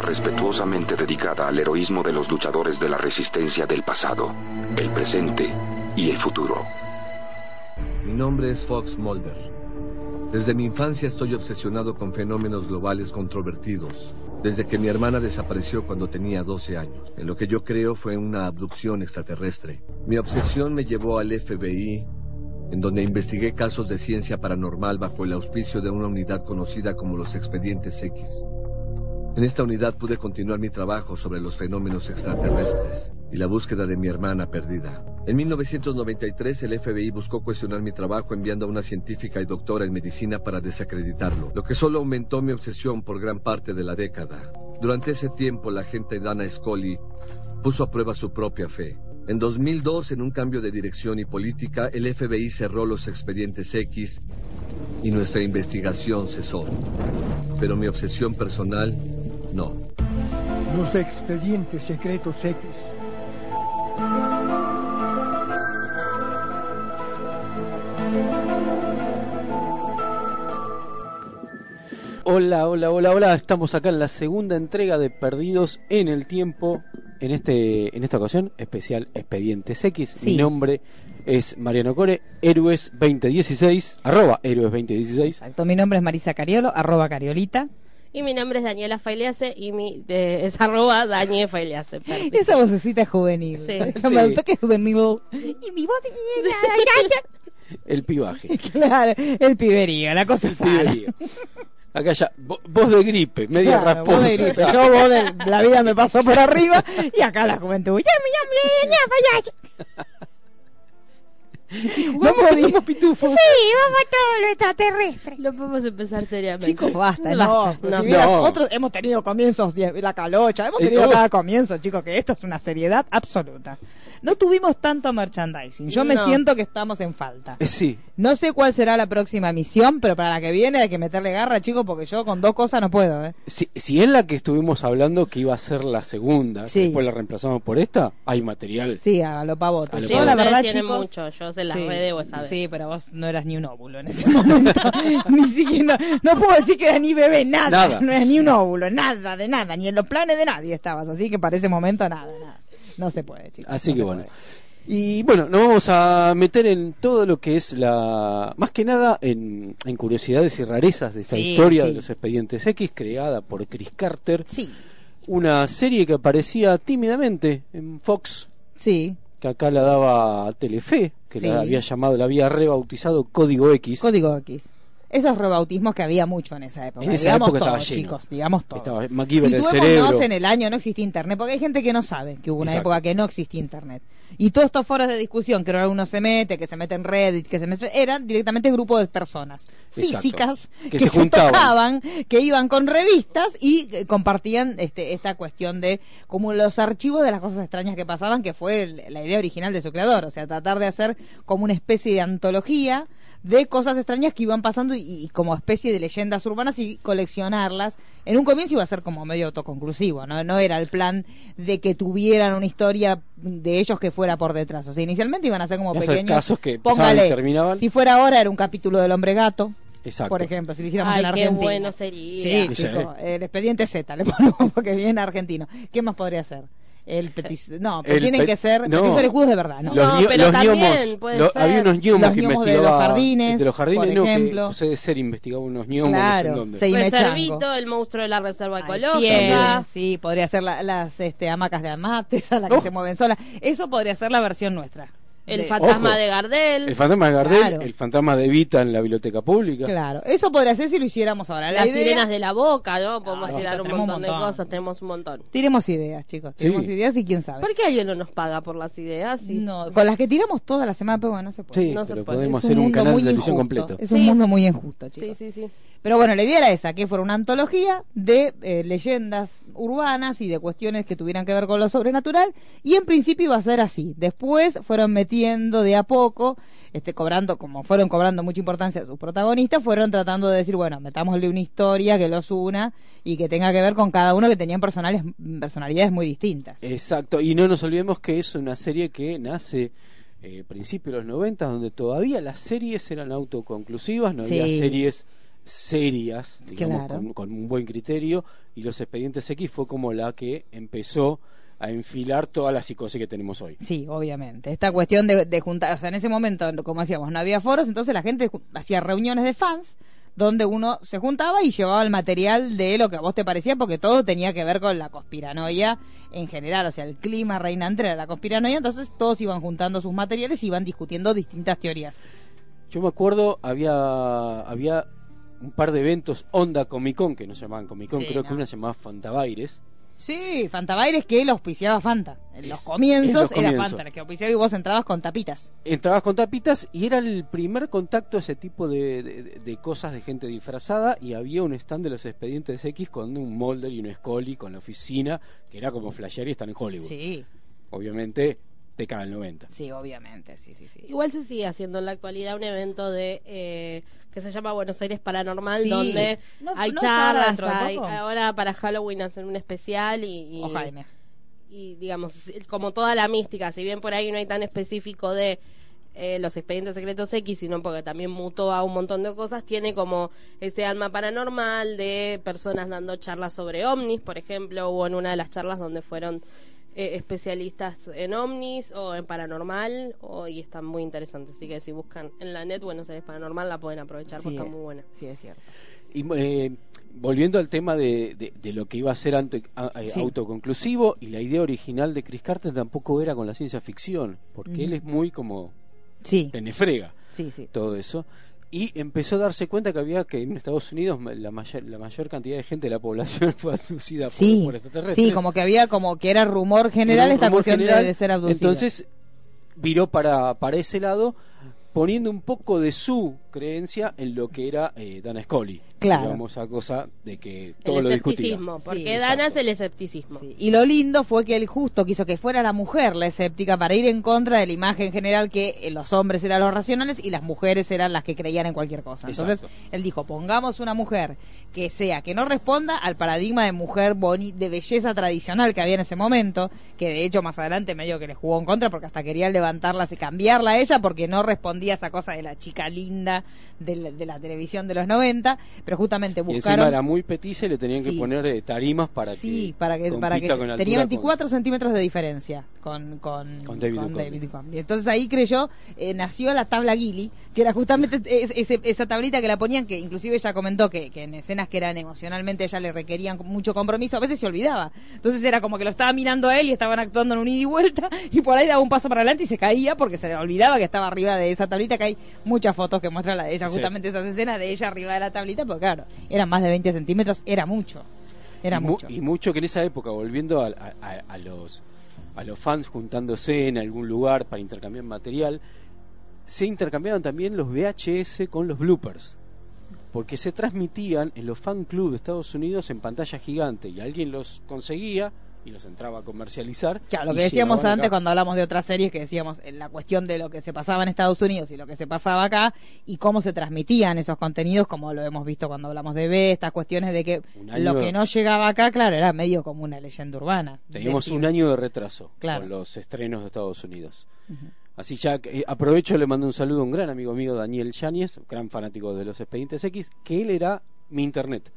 respetuosamente dedicada al heroísmo de los luchadores de la resistencia del pasado, el presente y el futuro. Mi nombre es Fox Mulder. Desde mi infancia estoy obsesionado con fenómenos globales controvertidos. Desde que mi hermana desapareció cuando tenía 12 años, en lo que yo creo fue una abducción extraterrestre. Mi obsesión me llevó al FBI, en donde investigué casos de ciencia paranormal bajo el auspicio de una unidad conocida como los expedientes X. En esta unidad pude continuar mi trabajo sobre los fenómenos extraterrestres y la búsqueda de mi hermana perdida. En 1993 el FBI buscó cuestionar mi trabajo enviando a una científica y doctora en medicina para desacreditarlo, lo que solo aumentó mi obsesión por gran parte de la década. Durante ese tiempo la agente Dana Scully puso a prueba su propia fe. En 2002, en un cambio de dirección y política, el FBI cerró los expedientes X y nuestra investigación cesó. Pero mi obsesión personal, no. Los expedientes secretos X. Hola, hola, hola, hola. Estamos acá en la segunda entrega de Perdidos en el Tiempo. En, este, en esta ocasión, especial Expedientes X. Sí. Mi nombre es Mariano Core, Héroes 2016, arroba Héroes 2016. Exacto, mi nombre es Marisa Cariolo, arroba Cariolita. Y mi nombre es Daniela Failiase y mi de- es arroba Dani Failiase. perfecto. Esa vocecita es juvenil. Sí. Me Sí. gustó que es juvenil. Y mi voz El pibaje. Claro, el piberío, la cosa El sana. piberío. Acá ya, vo- voz de gripe, media Claro, vos rasposa. de gripe, Yo vos de- la vida me pasó por arriba y acá la juventud. Ya, ya, ya, ya, ya, ya. Y jugamos que podía. somos pitufos. vamos todo lo extraterrestre. No podemos empezar seriamente. Chicos, basta, no, basta. no. Si vieras, No. otros hemos tenido comienzos, de- la calocha, hemos Eh, tenido oh. cada comienzo, chicos, que esto es una seriedad absoluta. No tuvimos tanto merchandising. Yo me No. siento que estamos en falta. Eh, Sí, No sé cuál será la próxima misión, pero para la que viene hay que meterle garra, chicos, porque yo con dos cosas no puedo, ¿eh? Si, si es la que estuvimos hablando que iba a ser la segunda, Sí. que después la reemplazamos por esta, hay material. Sí, a lo pavote. A lo Yo, pavote. la verdad, Ustedes tienen chicos, mucho, yo se las redebo esa vez. Sí, pero vos no eras ni un óvulo en ese momento. ni siquiera, no, no puedo decir que eras ni bebé, nada. Nada. No eras ni un óvulo, nada, de nada, ni en los planes de nadie estabas. Así que para ese momento, nada, nada. No se puede, chicos. Así no que se bueno. puede. Y bueno, nos vamos a meter en todo lo que es la. Más que nada en, en curiosidades y rarezas de esta Sí, historia sí. de los expedientes X, creada por Chris Carter. Sí, Una serie que aparecía tímidamente en Fox, sí. que acá la daba Telefe, que Sí. la había llamado, la había rebautizado Código X. Código X. Esos rebautismos que había mucho en esa época. En esa digamos época todo, estaba lleno. chicos, digamos todo. Estaba Si MacGyver el tú cerebro. en el año no existía internet, porque hay gente que no sabe que hubo una Exacto. época que no existía internet. Y todos estos foros de discusión, que ahora uno se mete, que se mete en Reddit, que se mete, eran directamente grupos de personas Exacto. físicas Que se juntaban. tocaban, que iban con revistas y eh, compartían este, esta cuestión de como los archivos de las cosas extrañas que pasaban, que fue el- la idea original de su creador, o sea, tratar de hacer como una especie de antología de cosas extrañas que iban pasando y, y como especie de leyendas urbanas y coleccionarlas. En un comienzo iba a ser como medio autoconclusivo, ¿no? No era el plan de que tuvieran una historia de ellos que fuera por detrás. O sea, inicialmente iban a ser como Esos pequeños. casos que empezaban y terminaban. Si fuera ahora era un capítulo del hombre gato, Exacto. por ejemplo, si lo hiciéramos Ay, en qué Argentina. bueno sería. Sí, Sí. chico, el expediente Z le ponemos porque viene argentino. ¿Qué más podría ser? El petis- No, pues El tienen pe- que ser no. petiso de escudos de verdad, ¿no? Los, No, nio- pero los también gnomos, puede lo- ser. había unos gnomos Los que gnomos de investigaba los jardines, de los jardines, por no, que ejemplo. José de Ser investigaba unos gnomos Claro, no sé en dónde. sí. Y Pues Mechango. Cervito, el monstruo de la reserva Al pie, ecológica. Sí, podría ser la- las este, hamacas de amates a las que Oh. se mueven solas. Eso podría ser la versión nuestra. El De- fantasma Ojo. de Gardel. El fantasma de Gardel, Claro. el fantasma de Evita en la biblioteca pública. Claro, eso podría ser si lo hiciéramos ahora. La las idea- sirenas de la boca, ¿no? Podemos Ah, tirar un tenemos un montón, de montón. cosas, tenemos un montón. Tiremos ideas, chicos. Sí. Tiremos ideas y quién sabe. ¿Por qué alguien no nos paga por las ideas? Sí. No, con las que tiramos toda la semana, pero bueno, no se puede. Sí, No se pero puede. podemos Es hacer un, mundo canal muy de televisión injusto. completo. Es un Sí. mundo muy injusto, chicos. sí, sí, sí. Pero bueno, la idea era esa, que fuera una antología de eh, leyendas urbanas y de cuestiones que tuvieran que ver con lo sobrenatural, y en principio iba a ser así. Después fueron metiendo de a poco, este, cobrando, como fueron cobrando mucha importancia sus protagonistas, fueron tratando de decir, bueno, metámosle una historia que los una y que tenga que ver con cada uno que tenían personales, personalidades muy distintas. Exacto, y no nos olvidemos que es una serie que nace eh, principios de los 90, donde todavía las series eran autoconclusivas, no había Sí. series serias, digamos, Claro. con, con un buen criterio, y los expedientes X fue como la que empezó a enfilar toda la psicosis que tenemos hoy. Sí, obviamente. Esta cuestión de, de juntar, o sea, en ese momento, como hacíamos, no había foros, entonces la gente ju- hacía reuniones de fans donde uno se juntaba y llevaba el material de lo que a vos te parecía, porque todo tenía que ver con la conspiranoia en general, o sea, el clima reinante era la conspiranoia, entonces todos iban juntando sus materiales y iban discutiendo distintas teorías. Yo me acuerdo, había, había un par de eventos, Onda Comic Con, que no se llamaban Comic Con, Sí, creo que no. una se llamaba Fantabaires. Sí, Fantabaires que él auspiciaba Fanta. En los Es- comienzos en los era comienzos. Fanta la que auspiciaba y vos entrabas con tapitas. Entrabas con tapitas y era el primer contacto a ese tipo de, de- de cosas de gente disfrazada y había un stand de los expedientes X con un Mulder y un Scully con la oficina, que era como flashear y están en Hollywood. Sí, Obviamente, te caga el 90. sí, obviamente, sí, sí, sí. Igual se sigue haciendo en la actualidad un evento de eh, que se llama Buenos Aires Paranormal, Sí. donde No- hay no estaba charlas, dentro de hay- poco. ahora para Halloween hacen un especial y, y- O Jaime. y, digamos, como toda la mística, si bien por ahí no hay tan específico de eh, los expedientes secretos X, sino porque también mutó a un montón de cosas, tiene como ese alma paranormal de personas dando charlas sobre ovnis, por ejemplo, hubo en una de las charlas donde fueron eh, especialistas en ovnis o en paranormal, o- y están muy interesantes, así que si buscan en la net Buenos Aires Paranormal la pueden aprovechar porque Sí, está muy buena. Sí, es cierto. Y eh, volviendo al tema de, de- de lo que iba a ser ante- a- a- Sí. autoconclusivo, y la idea original de Chris Carter tampoco era con la ciencia ficción, porque Ujú. él es muy como Sí, penefrega. sí, sí. todo eso. Y empezó a darse cuenta que había que en Estados Unidos ma- la mayor, la mayor cantidad de gente de la población fue abducida por- Sí, por, extraterrestres. sí, como que había como que era rumor general Era un esta rumor cuestión de- general. de ser abducido. Entonces viró para, para ese lado, poniendo un poco de su creencia en lo que era eh, Dana Scully. Claro. Digamos, a cosa de que todo El lo discutía. escepticismo, porque Sí, Dana es exacto. el escepticismo. Sí, Y lo lindo fue que él justo quiso que fuera la mujer la escéptica para ir en contra de la imagen general que eh, los hombres eran los racionales y las mujeres eran las que creían en cualquier cosa. Entonces Exacto. él dijo, pongamos una mujer que sea, que no responda al paradigma de mujer boni de belleza tradicional que había en ese momento, que de hecho más adelante medio que le jugó en contra porque hasta querían levantarla y cambiarla a ella porque no respondía a esa cosa de la chica linda de la, de la televisión de los 90, pero justamente Y encima era buscaron... muy petiza y le tenían Sí. que poner eh, tarimas para sí, que para que, para que compita con altura tenía con- 24 centímetros de diferencia con, con, Con David Duchovny. Duchovny. Y entonces ahí creyó, eh, nació la tabla Gilly, que era justamente es- ese- esa tablita que la ponían, que inclusive ella comentó que, que en escenas que eran emocionalmente ella le requerían mucho compromiso, a veces se olvidaba. Entonces era como que lo estaba mirando a él y estaban actuando en un ida y vuelta, y por ahí daba un paso para adelante y se caía porque se le olvidaba que estaba arriba de esa tablita, que hay muchas fotos que muestran la de ella, Sí. justamente esas escenas de ella arriba de la tablita, porque claro, eran más de 20 centímetros, era mucho. Era y mu- mucho. Y mucho que en esa época, volviendo a, a- a- a los, a los fans juntándose en algún lugar para intercambiar material, se intercambiaban también los VHS con los bloopers. Porque se transmitían en los fan club de Estados Unidos en pantalla gigante y alguien los conseguía y los entraba a comercializar. Claro, lo y que decíamos llegaban antes acá. cuando hablamos de otras series, que decíamos eh, la cuestión de lo que se pasaba en Estados Unidos y lo que se pasaba acá y cómo se transmitían esos contenidos, como lo hemos visto cuando hablamos de B, estas cuestiones de que Un año- lo que no llegaba acá, claro, era medio como una leyenda urbana. Teníamos Decir- un año de retraso Claro. con los estrenos de Estados Unidos. Ujú. Así ya eh, aprovecho, le mando un saludo a un gran amigo mío, Daniel Yáñez, gran fanático de los expedientes X, que él era mi internet.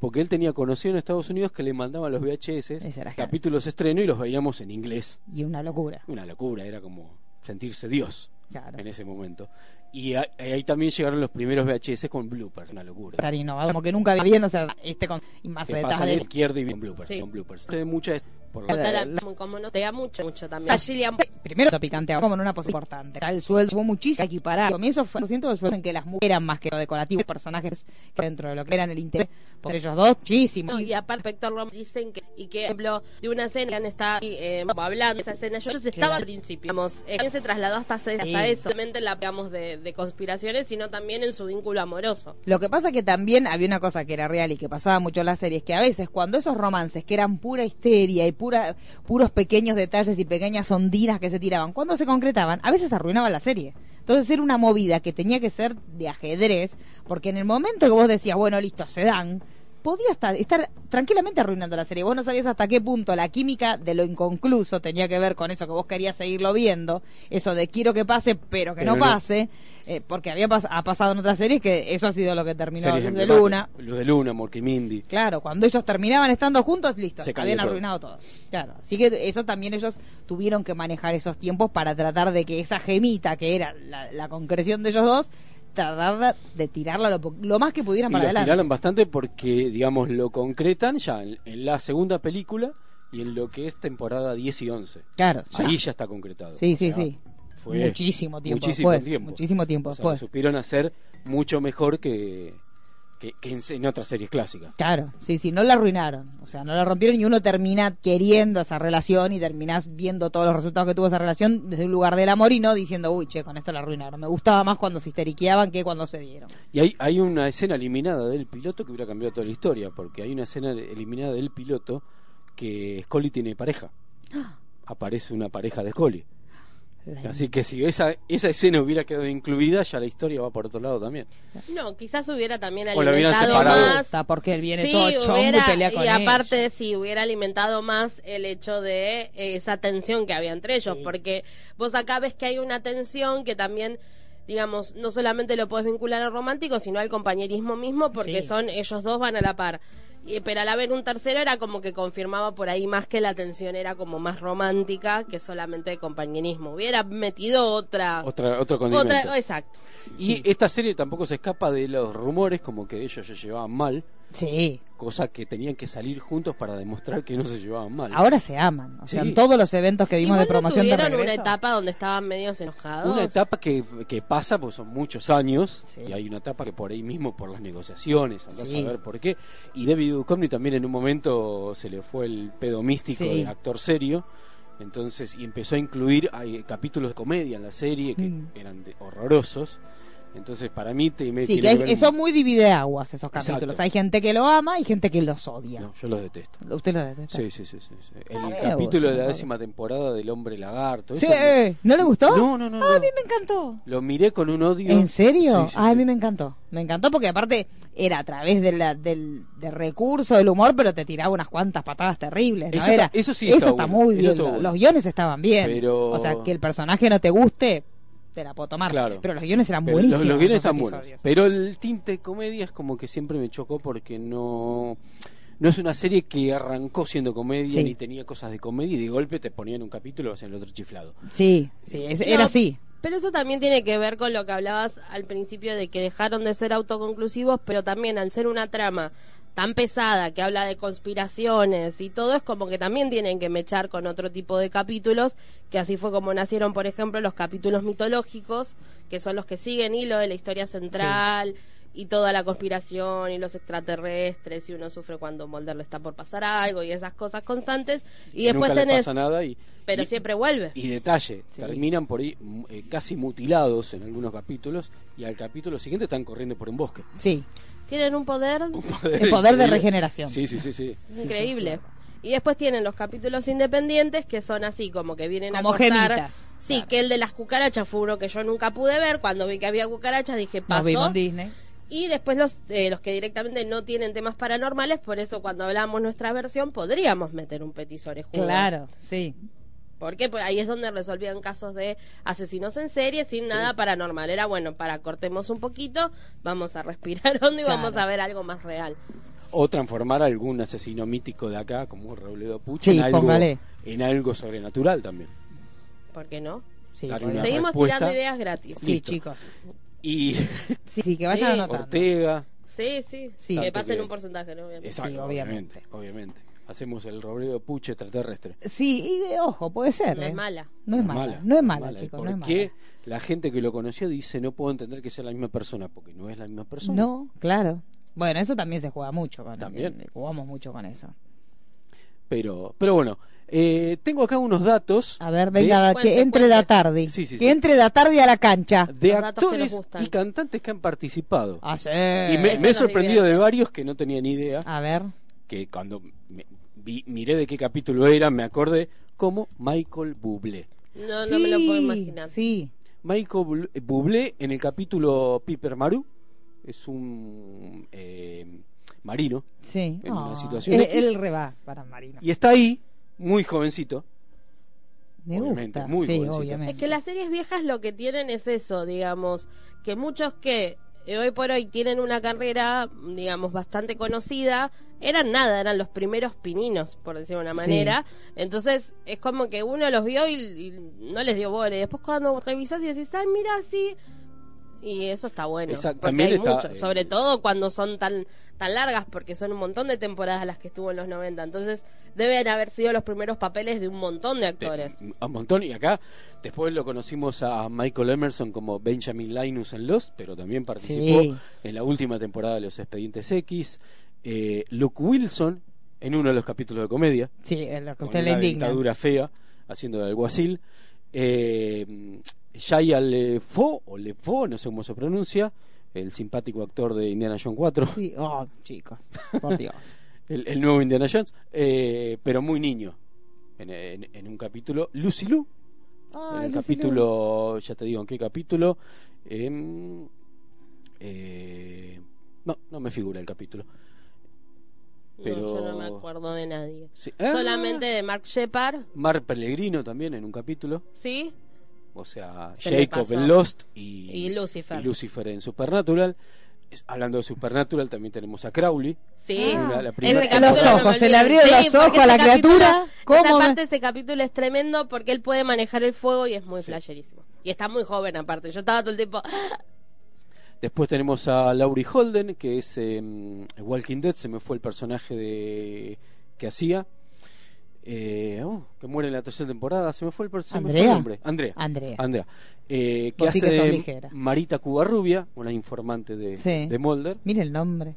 Porque él tenía conocido en Estados Unidos que le mandaban los VHS, Esa era genial. capítulos estreno y los veíamos en inglés. Y una locura. Una locura, era como sentirse Dios Claro. en ese momento. Y a- ahí también llegaron los primeros VHS con bloopers, una locura. Estar innovado, como que nunca habían, o sea, este con... y más Te pasan detalles. cualquier división con bloopers, Sí. son bloopers. Hay muchas- por lo- Claro. Nota la- como no te da mucho, mucho O sea, también. Gillian Pe- primero se picanteaba como en una posición importante. Tal sueldo fue muchísimo equiparado. Al comienzo fue el ciento del sueldo en que las mujeres eran más que los decorativos personajes que dentro de lo que eran el interés. Por ellos dos, muchísimo. No, y aparte, Héctor Rom dicen que, y que, por ejemplo, de una escena que han estado eh, hablando de esa escena, yo, yo estaba al principio, digamos, eh, también se trasladó hasta, hasta Sí. eso, no solamente en la, digamos, de, de conspiraciones, sino también en su vínculo amoroso. Lo que pasa que también había una cosa que era real y que pasaba mucho en las series, que a veces cuando esos romances que eran pura histeria y pura, puros pequeños detalles y pequeñas ondinas que se tiraban, cuando se concretaban, a veces arruinaban la serie. Entonces era una movida que tenía que ser de ajedrez, porque en el momento que vos decías, bueno, listo, se dan, podía hasta estar tranquilamente arruinando la serie. Vos no sabías hasta qué punto la química de lo inconcluso tenía que ver con eso que vos querías seguirlo viendo, eso de quiero que pase, pero que Pero no no. pase, eh, porque había pas- ha pasado en otras series que eso ha sido lo que terminó Series Luz de emblemáticas. Luna. Luz de Luna, Morquimindi. Claro, cuando ellos terminaban estando juntos, listo, Se cambió habían todo. arruinado todo. Claro, así que eso también ellos tuvieron que manejar esos tiempos para tratar de que esa gemita que era la, la concreción de ellos dos, tratar de tirarla lo, po- lo más que pudieran Y para lo adelante. tiraron bastante porque, digamos, lo concretan ya en, en la segunda película y en lo que es temporada 10 y 11. Claro, ya. Ahí ya está concretado. Ah. Sí, sí, O sea, sí. fue Muchísimo tiempo muchísimo después, tiempo. muchísimo tiempo O sea, después. lo supieron hacer mucho mejor que, que, que en, en otras series clásicas. Claro, sí, sí, no la arruinaron, o sea, no la rompieron y uno termina queriendo esa relación y terminás viendo todos los resultados que tuvo esa relación desde un lugar del amor y no diciendo, uy, che, con esto la arruinaron. Me gustaba más cuando se histeriqueaban que cuando se dieron. Y hay, hay una escena eliminada del piloto que hubiera cambiado toda la historia, porque hay una escena eliminada del piloto que Scully tiene pareja. Aparece una pareja de Scully. Así que si esa, esa escena hubiera quedado incluida, ya la historia va por otro lado también. No, quizás hubiera también O lo hubieran alimentado separado. más. Está porque él viene Sí, todo chongo hubiera- y pelea con y ella. aparte sí hubiera alimentado más el hecho de eh, esa tensión que había entre ellos, porque vos acá ves que hay una tensión que también digamos, no solamente lo podés vincular al romántico, sino al compañerismo mismo, porque Sí. son ellos dos van a la par. Y- Pero al haber un tercero era como que confirmaba por ahí más que la tensión era como más romántica que solamente de compañerismo. Hubiera metido Ah. otra... Otra, otro condimento. otra exacto. Y esta serie tampoco se escapa de los rumores como que ellos se llevaban mal, Sí, cosa que tenían que salir juntos para demostrar que no se llevaban mal. ahora se aman. O sea, Sí. en todos los eventos que vimos Igual de no promoción de tuvieron una regreso. etapa donde estaban medios enojados. Una etapa que, que pasa, pues son muchos años, Sí. y hay una etapa que por ahí mismo, por las negociaciones, andás Sí. a saber por qué. Y David Duchovny también en un momento se le fue el pedo místico Sí. de actor serio, entonces, y empezó a incluir hay capítulos de comedia en la serie que Mm. eran de- horrorosos. Entonces, para mí, te me Sí, tiene que hay- que ver- son muy divide aguas esos Exacto. capítulos. Hay gente que lo ama y gente que los odia. No, yo los detesto. ¿Usted lo detesta? Sí, sí, sí, sí, sí. El Ah, mira capítulo vos, de la no. décima temporada del Hombre Lagarto. Sí, eh, eso me- ¿No le gustó? No, no, no, Ah, A no. mí me encantó. Lo miré con un odio. ¿En serio? Sí, sí, Ah, a sí. mí me encantó. Me encantó porque aparte era a través de la- del, del recurso, del humor, pero te tiraba unas cuantas patadas terribles. ¿no? Eso ta- Era- eso sí Eso estaba está bueno, muy eso bien. estuvo bueno. Los guiones estaban bien. Pero- O sea, que el personaje no te guste, te la puedo tomar. Claro. Pero los guiones eran Pero buenísimos. Los, los guiones esos están buenos. episodios. Pero el tinte de comedia es como que siempre me chocó porque no. No es una serie que arrancó siendo comedia Sí. ni tenía cosas de comedia y de golpe te ponían un capítulo y hacían el otro chiflado. Sí, sí, es- No, era así. Pero eso también tiene que ver con lo que hablabas al principio de que dejaron de ser autoconclusivos, pero también al ser una trama tan pesada que habla de conspiraciones y todo, es como que también tienen que mechar con otro tipo de capítulos, que así fue como nacieron, por ejemplo, los capítulos mitológicos, que son los que siguen hilo de la historia central y toda la conspiración y los extraterrestres y uno sufre cuando Mulder le está por pasar algo y esas cosas constantes y, Que después nunca le tenés, pasa nada y. pero y- siempre vuelve. Y detalle, Sí. terminan por ahí mm, eh, casi mutilados en algunos capítulos y al capítulo siguiente están corriendo por un bosque. Sí, Tienen un poder el poder de increíble. regeneración. Sí, sí, sí, sí. Increíble. Y después tienen los capítulos independientes que son así, como que vienen Como a contar. gemitas. Sí, Claro. que el de las cucarachas fue uno que yo nunca pude ver. Cuando vi que había cucarachas dije, Nos vimos paso. en Disney. Y después los, eh, los que directamente no tienen temas paranormales, por eso cuando hablamos nuestra versión podríamos meter un petisor Claro, sí. Porque por Pues ahí es donde resolvían casos de asesinos en serie sin nada paranormal. Era bueno, para cortemos un poquito, vamos a respirar hondo y Claro. vamos a ver algo más real. O transformar a algún asesino mítico de acá, como Robledo Puch, Sí, en, algo, póngale. en algo sobrenatural también. ¿Por qué no? Sí, Dar por una- eso. Seguimos respuesta. tirando ideas gratis. Sí, Listo. chicos. Y Sí, sí, que vayan Sí. anotando. Ortega. Sí, sí. Sí. Que Tanto pasen que- un porcentaje, ¿no? Obviamente. Exacto, Sí, obviamente. obviamente. obviamente. Hacemos el Robledo Puch extraterrestre. Sí, y eh, ojo, puede ser. No es eh. mala. No es mala, no es mala, chicos, no es mala. Porque ¿eh? la gente que lo conoció dice, no puedo entender que sea la misma persona, porque no es la misma persona. No, claro. Bueno, eso también se juega mucho. Con, También. eh, Jugamos mucho con eso. Pero, pero bueno, eh, tengo acá unos datos. A ver, de- venga, Cuente, que entre cuente. la tarde. Sí, sí, que sí. entre la tarde a la cancha. de Los datos que nos actores gustan. y cantantes que han participado. Ah, sí. y me, eso me he nos sorprendido divierte. de varios que no tenía ni idea, A ver. que cuando me- vi- miré de qué capítulo era, me acordé, como Michael Bublé. No, sí, no me lo puedo imaginar. Sí, Michael Bul- Bublé en el capítulo Piper Maru es un eh, marino. Sí. En una Ah, situación es X. el reba para Marino. Y está ahí, muy jovencito. Me obviamente, gusta. muy sí, jovencito. obviamente. Es que las series viejas lo que tienen es eso, digamos, que muchos que eh, hoy por hoy tienen una carrera, digamos, bastante conocida, eran nada, eran los primeros pininos, por decirlo de una Sí. manera. Entonces es como que uno los vio y, y no les dio bola. Y después cuando revisas y decís, ay, mira, sí. Y eso está bueno. Exacto, porque también hay está, mucho, eh, sobre todo cuando son tan tan largas, porque son un montón de temporadas las que estuvo en los 90. Entonces deben haber sido los primeros papeles de un montón de de- actores. a Eh, un montón. Y acá, después lo conocimos a Michael Emerson como Benjamin Linus en Lost, pero también participó Sí. en la última temporada de Los Expedientes X. Eh, Luke Wilson en uno de los capítulos de comedia, Sí, es lo que a con usted le una indigna. dentadura fea, haciendo de alguacil. Eh, Shia LeFo, o LeFo, no sé cómo se pronuncia, el simpático actor de Indiana Jones 4, Sí, oh, chicos, por Dios. el, el nuevo Indiana Jones, eh, pero muy niño. En, en- en un capítulo, Lucy Lou, en Ay, el Lucy Lou. capítulo, ya te digo en qué capítulo. em, eh, no, no me figura el capítulo. Pero- No, yo no me acuerdo de nadie. Sí. Solamente de Mark Shepard, Ah, Mar Pellegrino también en un capítulo. ¿sí? O sea, Se le Jacob pasó. en Lost y, Y Lucifer. y Lucifer en Supernatural. Es- Hablando de Supernatural, también tenemos a Crowley. Sí. Ah, La- la primera Ese el- capítulo los no me ojos, se le olvido. abrieron Sí, los porque ojos a la ese capítulo- criatura. Esa ¿Cómo? me- parte de ese capítulo es tremendo porque él puede manejar el fuego y es muy Sí. flasherísimo. Y está muy joven aparte. Yo estaba todo el tiempo. Después tenemos a Laurie Holden, que es em, Walking Dead, se me fue el personaje de que hacía. Eh, oh, que muere en la tercera temporada, se me fue el personaje. Andrea. Andrea. Andrea. Andrea. Eh, que Vos sí que sos hace ligera. Marita Cubarrubia, una informante de, Sí. de Mulder. Mira el nombre.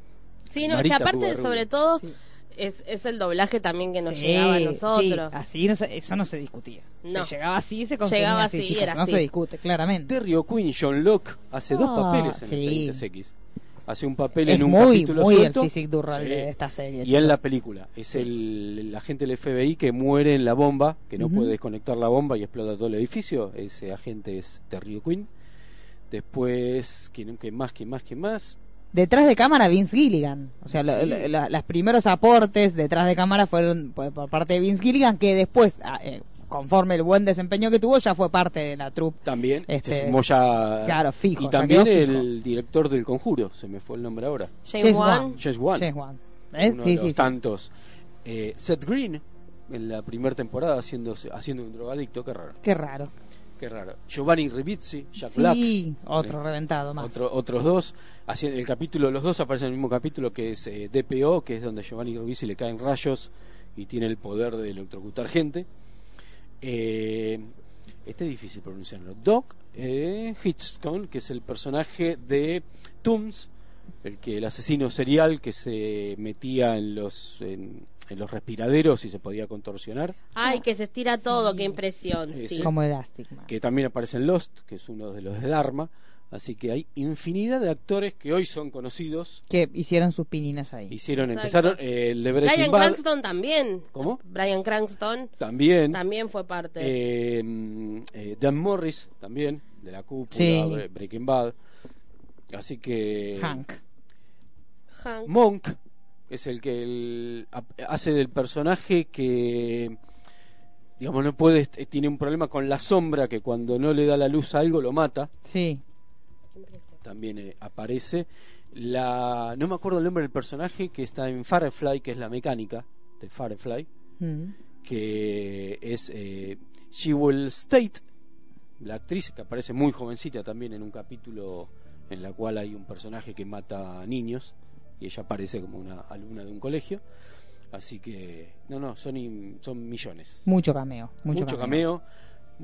Sí, no, Marita que aparte, Cuba Rubio. sobre todo, Sí. es, es el doblaje también que nos Sí, llegaba a sí, nosotros. así no se- eso no se discutía. No. Que Llegaba así y se consumía Llegaba así, así, chicos, era no así. se discute, claramente. Terry O'Quinn, John Locke, hace dos Ah, papeles en sí. Expedientes X. Hace un papel es en un muy, capítulo muy suelto. el physique du rol Sí. de esta serie. Y en la película. Es el, el agente del FBI que muere en la bomba, que no Ujú. puede desconectar la bomba y explota todo el edificio. Ese agente es Terry O'Quinn. Después, ¿quién, ¿quién más? ¿Quién más? ¿Quién más? Detrás de cámara, Vince Gilligan. O sea, lo- Sí. lo- la- los primeros aportes detrás de cámara fueron por, por parte de Vince Gilligan, que después, ah, eh, conforme el buen desempeño que tuvo, ya fue parte de la troupe. También Este, se sumó ya. claro, fijo, Y ya también quedó el director del conjuro, se me fue el nombre ahora. James Wan. Wan. James Wan. James Wan. ¿Eh? uno Sí, de sí, los sí. tantos. Eh, Seth Green, en la primera temporada, haciendo, haciendo un drogadicto, qué raro. Qué raro. Qué raro. Giovanni Ribizzi, Jack Black. Sí, otro Eh, reventado más. otro- otros dos. Así, el capítulo, los dos aparecen en el mismo capítulo que es eh, DPO, que es donde Giovanni Ribizzi le caen rayos y tiene el poder de electrocutar gente. Eh, este es difícil pronunciarlo. Doc eh, Hitchcock, que es el personaje de Tooms, el que el asesino serial que se metía en los en, en los respiraderos y se podía contorsionar, Ay, que se estira todo, qué impresión. Sí, Sí. sí. Como Elastic Man. que también aparece en Lost, que es uno de los de Dharma. Así que hay infinidad de actores que hoy son conocidos. Que hicieron sus pininas ahí. Hicieron, Exacto. empezaron eh, el de Breaking Brian Bad. Cranston también. ¿Cómo? Brian Cranston También. también fue parte. Eh, mm, eh, Dan Morris, también, de la cúpula, Sí. Bre- Breaking Bad. Así que. Hank. Hank. Monk es el que el- ap- hace del personaje que. Digamos, no puede. est- Tiene un problema con la sombra que cuando no le da la luz a algo lo mata. Sí. también eh, aparece. La, no me acuerdo el nombre del personaje que está en Firefly, que es la mecánica de Firefly, Mm. que es eh, Jewel State, la actriz que aparece muy jovencita también en un capítulo en la cual hay un personaje que mata a niños y ella aparece como una alumna de un colegio. Así que, no, no, son, in- son millones. Mucho cameo. Mucho, Mucho, cameo,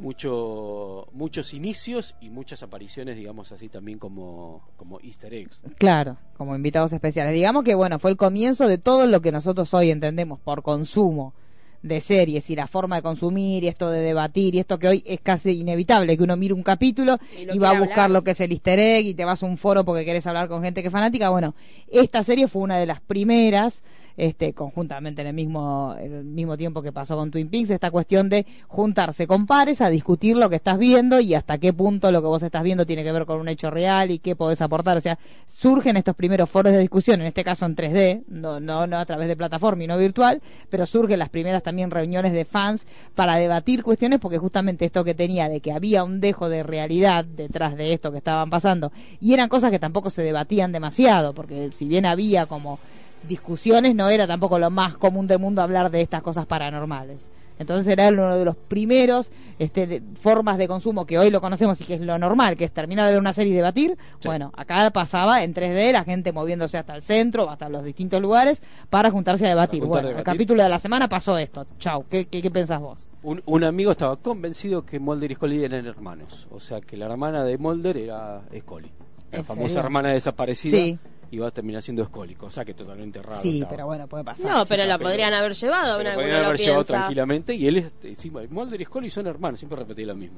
mucho, muchos inicios y muchas apariciones, digamos así, también como, como easter eggs. Claro, como invitados especiales. Digamos que bueno, fue el comienzo de todo lo que nosotros hoy entendemos por consumo de series y la forma de consumir y esto de debatir y esto que hoy es casi inevitable que uno mire un capítulo Y y, lo va a quiere buscar hablar. lo que es el easter egg y te vas a un foro porque querés hablar con gente que es fanática. Bueno, esta serie fue una de las primeras este, conjuntamente en el mismo, en el mismo tiempo que pasó con Twin Peaks, esta cuestión de juntarse con pares a discutir lo que estás viendo y hasta qué punto lo que vos estás viendo tiene que ver con un hecho real y qué podés aportar. O sea, surgen estos primeros foros de discusión, en este caso en 3D, no, no, no a través de plataforma y no virtual, pero surgen las primeras también reuniones de fans para debatir cuestiones, porque justamente esto que tenía de que había un dejo de realidad detrás de esto que estaban pasando, y eran cosas que tampoco se debatían demasiado, porque si bien había como discusiones, no era tampoco lo más común del mundo hablar de estas cosas paranormales. Entonces era uno de los primeros este, de- formas de consumo que hoy lo conocemos y que es lo normal, que es terminar de ver una serie y debatir. Sí. Bueno, acá pasaba en 3D la gente moviéndose hasta el centro, hasta los distintos lugares, para juntarse a debatir. juntar, bueno, debatir. el capítulo de la semana pasó esto. Chau, ¿qué, qué, qué pensás vos? Un, un amigo estaba convencido que Mulder y Scully eran hermanos. O sea, que la hermana de Mulder era Scully. La ¿En famosa serio? hermana desaparecida Sí. iba a terminar siendo Scully, cosa que totalmente raro. sí, estaba. pero bueno, puede pasar. No, pero chica, la pero- podrían haber llevado. Pero una- podrían uno lo haber llevado piensa. tranquilamente y él, este, encima, Mulder y Scully son hermanos, siempre repetí lo mismo.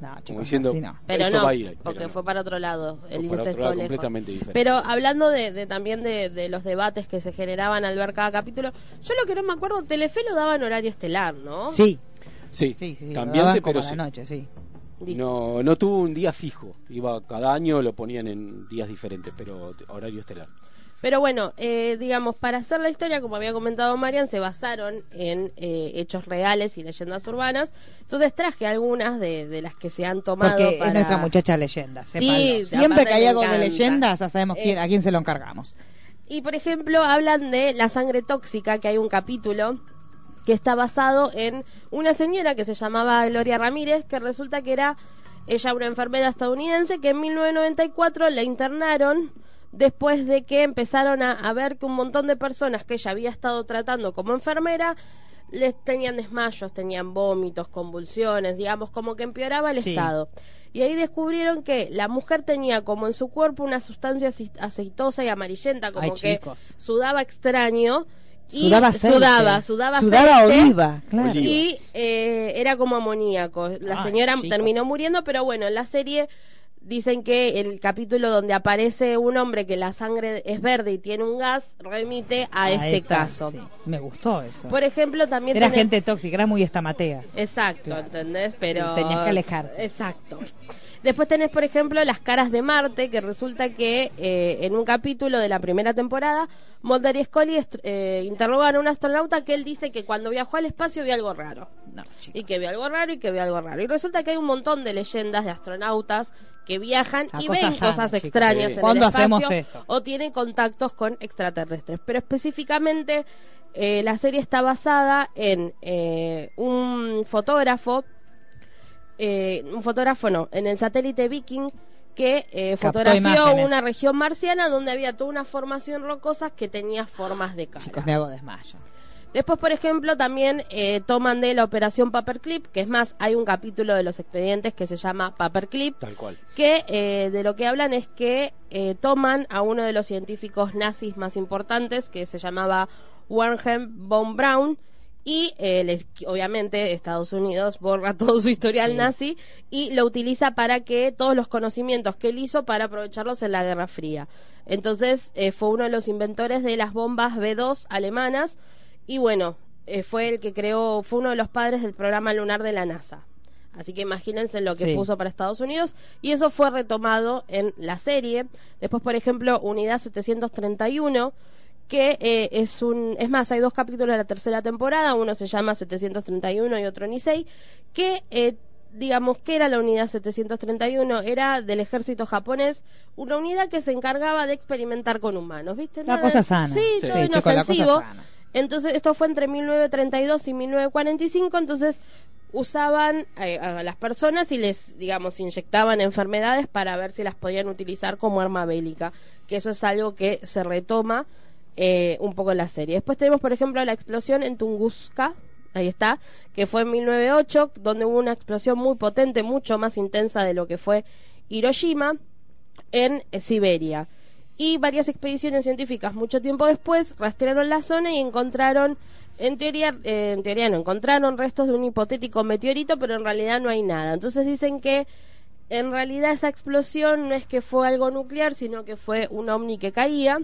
No, chicos, Como diciendo, así no. Pero eso no, va a ir ahí, porque pero no. fue para otro lado, Fue el para otro incesto lado lejos. completamente diferente. Pero hablando de, de también de, de los debates que se generaban al ver cada capítulo, yo lo que no me acuerdo, Telefe lo daba en horario estelar, ¿no? Sí, Sí, sí, sí, sí, lo daban cambiante, como pero a la sí. noche, sí. Listo. No, no tuvo un día fijo. Iba cada año, lo ponían en días diferentes, pero t- horario estelar. Pero bueno, eh, digamos, para hacer la historia, como había comentado Marian, se basaron en eh, hechos reales y leyendas urbanas. Entonces traje algunas de, de las que se han tomado. Porque para- es nuestra muchacha leyenda. Sí, sépalo. aparte siempre que hay me algo de encanta. leyenda, ya sabemos quién- a Es- quién se lo encargamos. Y por ejemplo, hablan de la sangre tóxica, que hay un capítulo que está basado en una señora que se llamaba Gloria Ramírez, que resulta que era ella una enfermera estadounidense que en 1994 la internaron después de que empezaron a, a ver que un montón de personas que ella había estado tratando como enfermera les tenían desmayos, tenían vómitos, convulsiones, digamos, como que empeoraba el Sí. estado. Y ahí descubrieron que la mujer tenía como en su cuerpo una sustancia aci- aceitosa y amarillenta, como Ay, que chicos. sudaba extraño. Y Sudaba aceite. Sudaba, sudaba, Sudaba aceite. oliva, claro. Oliva. Y eh, era como amoníaco. La Ay, señora chicos. terminó muriendo, pero bueno, en la serie dicen que el capítulo donde aparece un hombre que la sangre es verde y tiene un gas remite a, este esta, caso. sí. Me gustó eso. Por ejemplo, también era tiene- gente tóxica, era muy estamateas. Exacto, Claro. ¿entendés? Pero... Sí, tenías que alejarte. Exacto. Después tenés, por ejemplo, las caras de Marte, que resulta que eh, en un capítulo de la primera temporada, Mulder y Scully est- eh, interrogan a un astronauta que él dice que cuando viajó al espacio vio algo raro. No, chicos. Y que vio algo raro y que vio algo raro. Y resulta que hay un montón de leyendas de astronautas que viajan A y cosas ven sanas, cosas chicos. extrañas Sí. en ¿Cuándo el espacio hacemos eso? o tienen contactos con extraterrestres. Pero específicamente eh, la serie está basada en eh, un fotógrafo, eh, un fotógrafo no, en el satélite Viking que eh, Captó fotografió imágenes. una región marciana donde había toda una formación rocosa que tenía formas de cara. Chicos, me hago desmayo. Después, por ejemplo, también eh, toman de la operación Paperclip, que es más, hay un capítulo de los expedientes que se llama Paperclip, Tal cual. que eh, de lo que hablan es que eh, toman a uno de los científicos nazis más importantes, que se llamaba Warheim von Braun, y eh, les- obviamente Estados Unidos borra todo su historial nazi y lo utiliza para que todos los conocimientos que él hizo para aprovecharlos en la Guerra Fría. Entonces eh, fue uno de los inventores de las bombas B2 alemanas y bueno, eh, fue el que creó, fue uno de los padres del programa lunar de la NASA. Así que imagínense lo que Sí. puso para Estados Unidos y eso fue retomado en la serie. Después, por ejemplo, Unidad 731 que eh, es un es más hay dos capítulos de la tercera temporada uno se llama 731 y otro Nisei que eh, digamos que era la unidad 731 era del ejército japonés una unidad que se encargaba de experimentar con humanos viste La Nada- cosa sana. sí, Sí, todo chicos, la cosa inofensivo. sana. entonces esto fue entre 1932 y 1945 entonces usaban eh, a las personas y les digamos inyectaban enfermedades para ver si las podían utilizar como arma bélica que eso es algo que se retoma eh, un poco en la serie. Después tenemos, por ejemplo, la explosión en Tunguska, ahí está, que fue en 1908, donde hubo una explosión muy potente, mucho más intensa de lo que fue Hiroshima, en eh, Siberia. Y varias expediciones científicas, mucho tiempo después, rastrearon la zona y encontraron, en teoría, eh, en teoría no, encontraron restos de un hipotético meteorito, pero en realidad no hay nada. Entonces dicen que en realidad esa explosión no es que fue algo nuclear, sino que fue un ovni que caía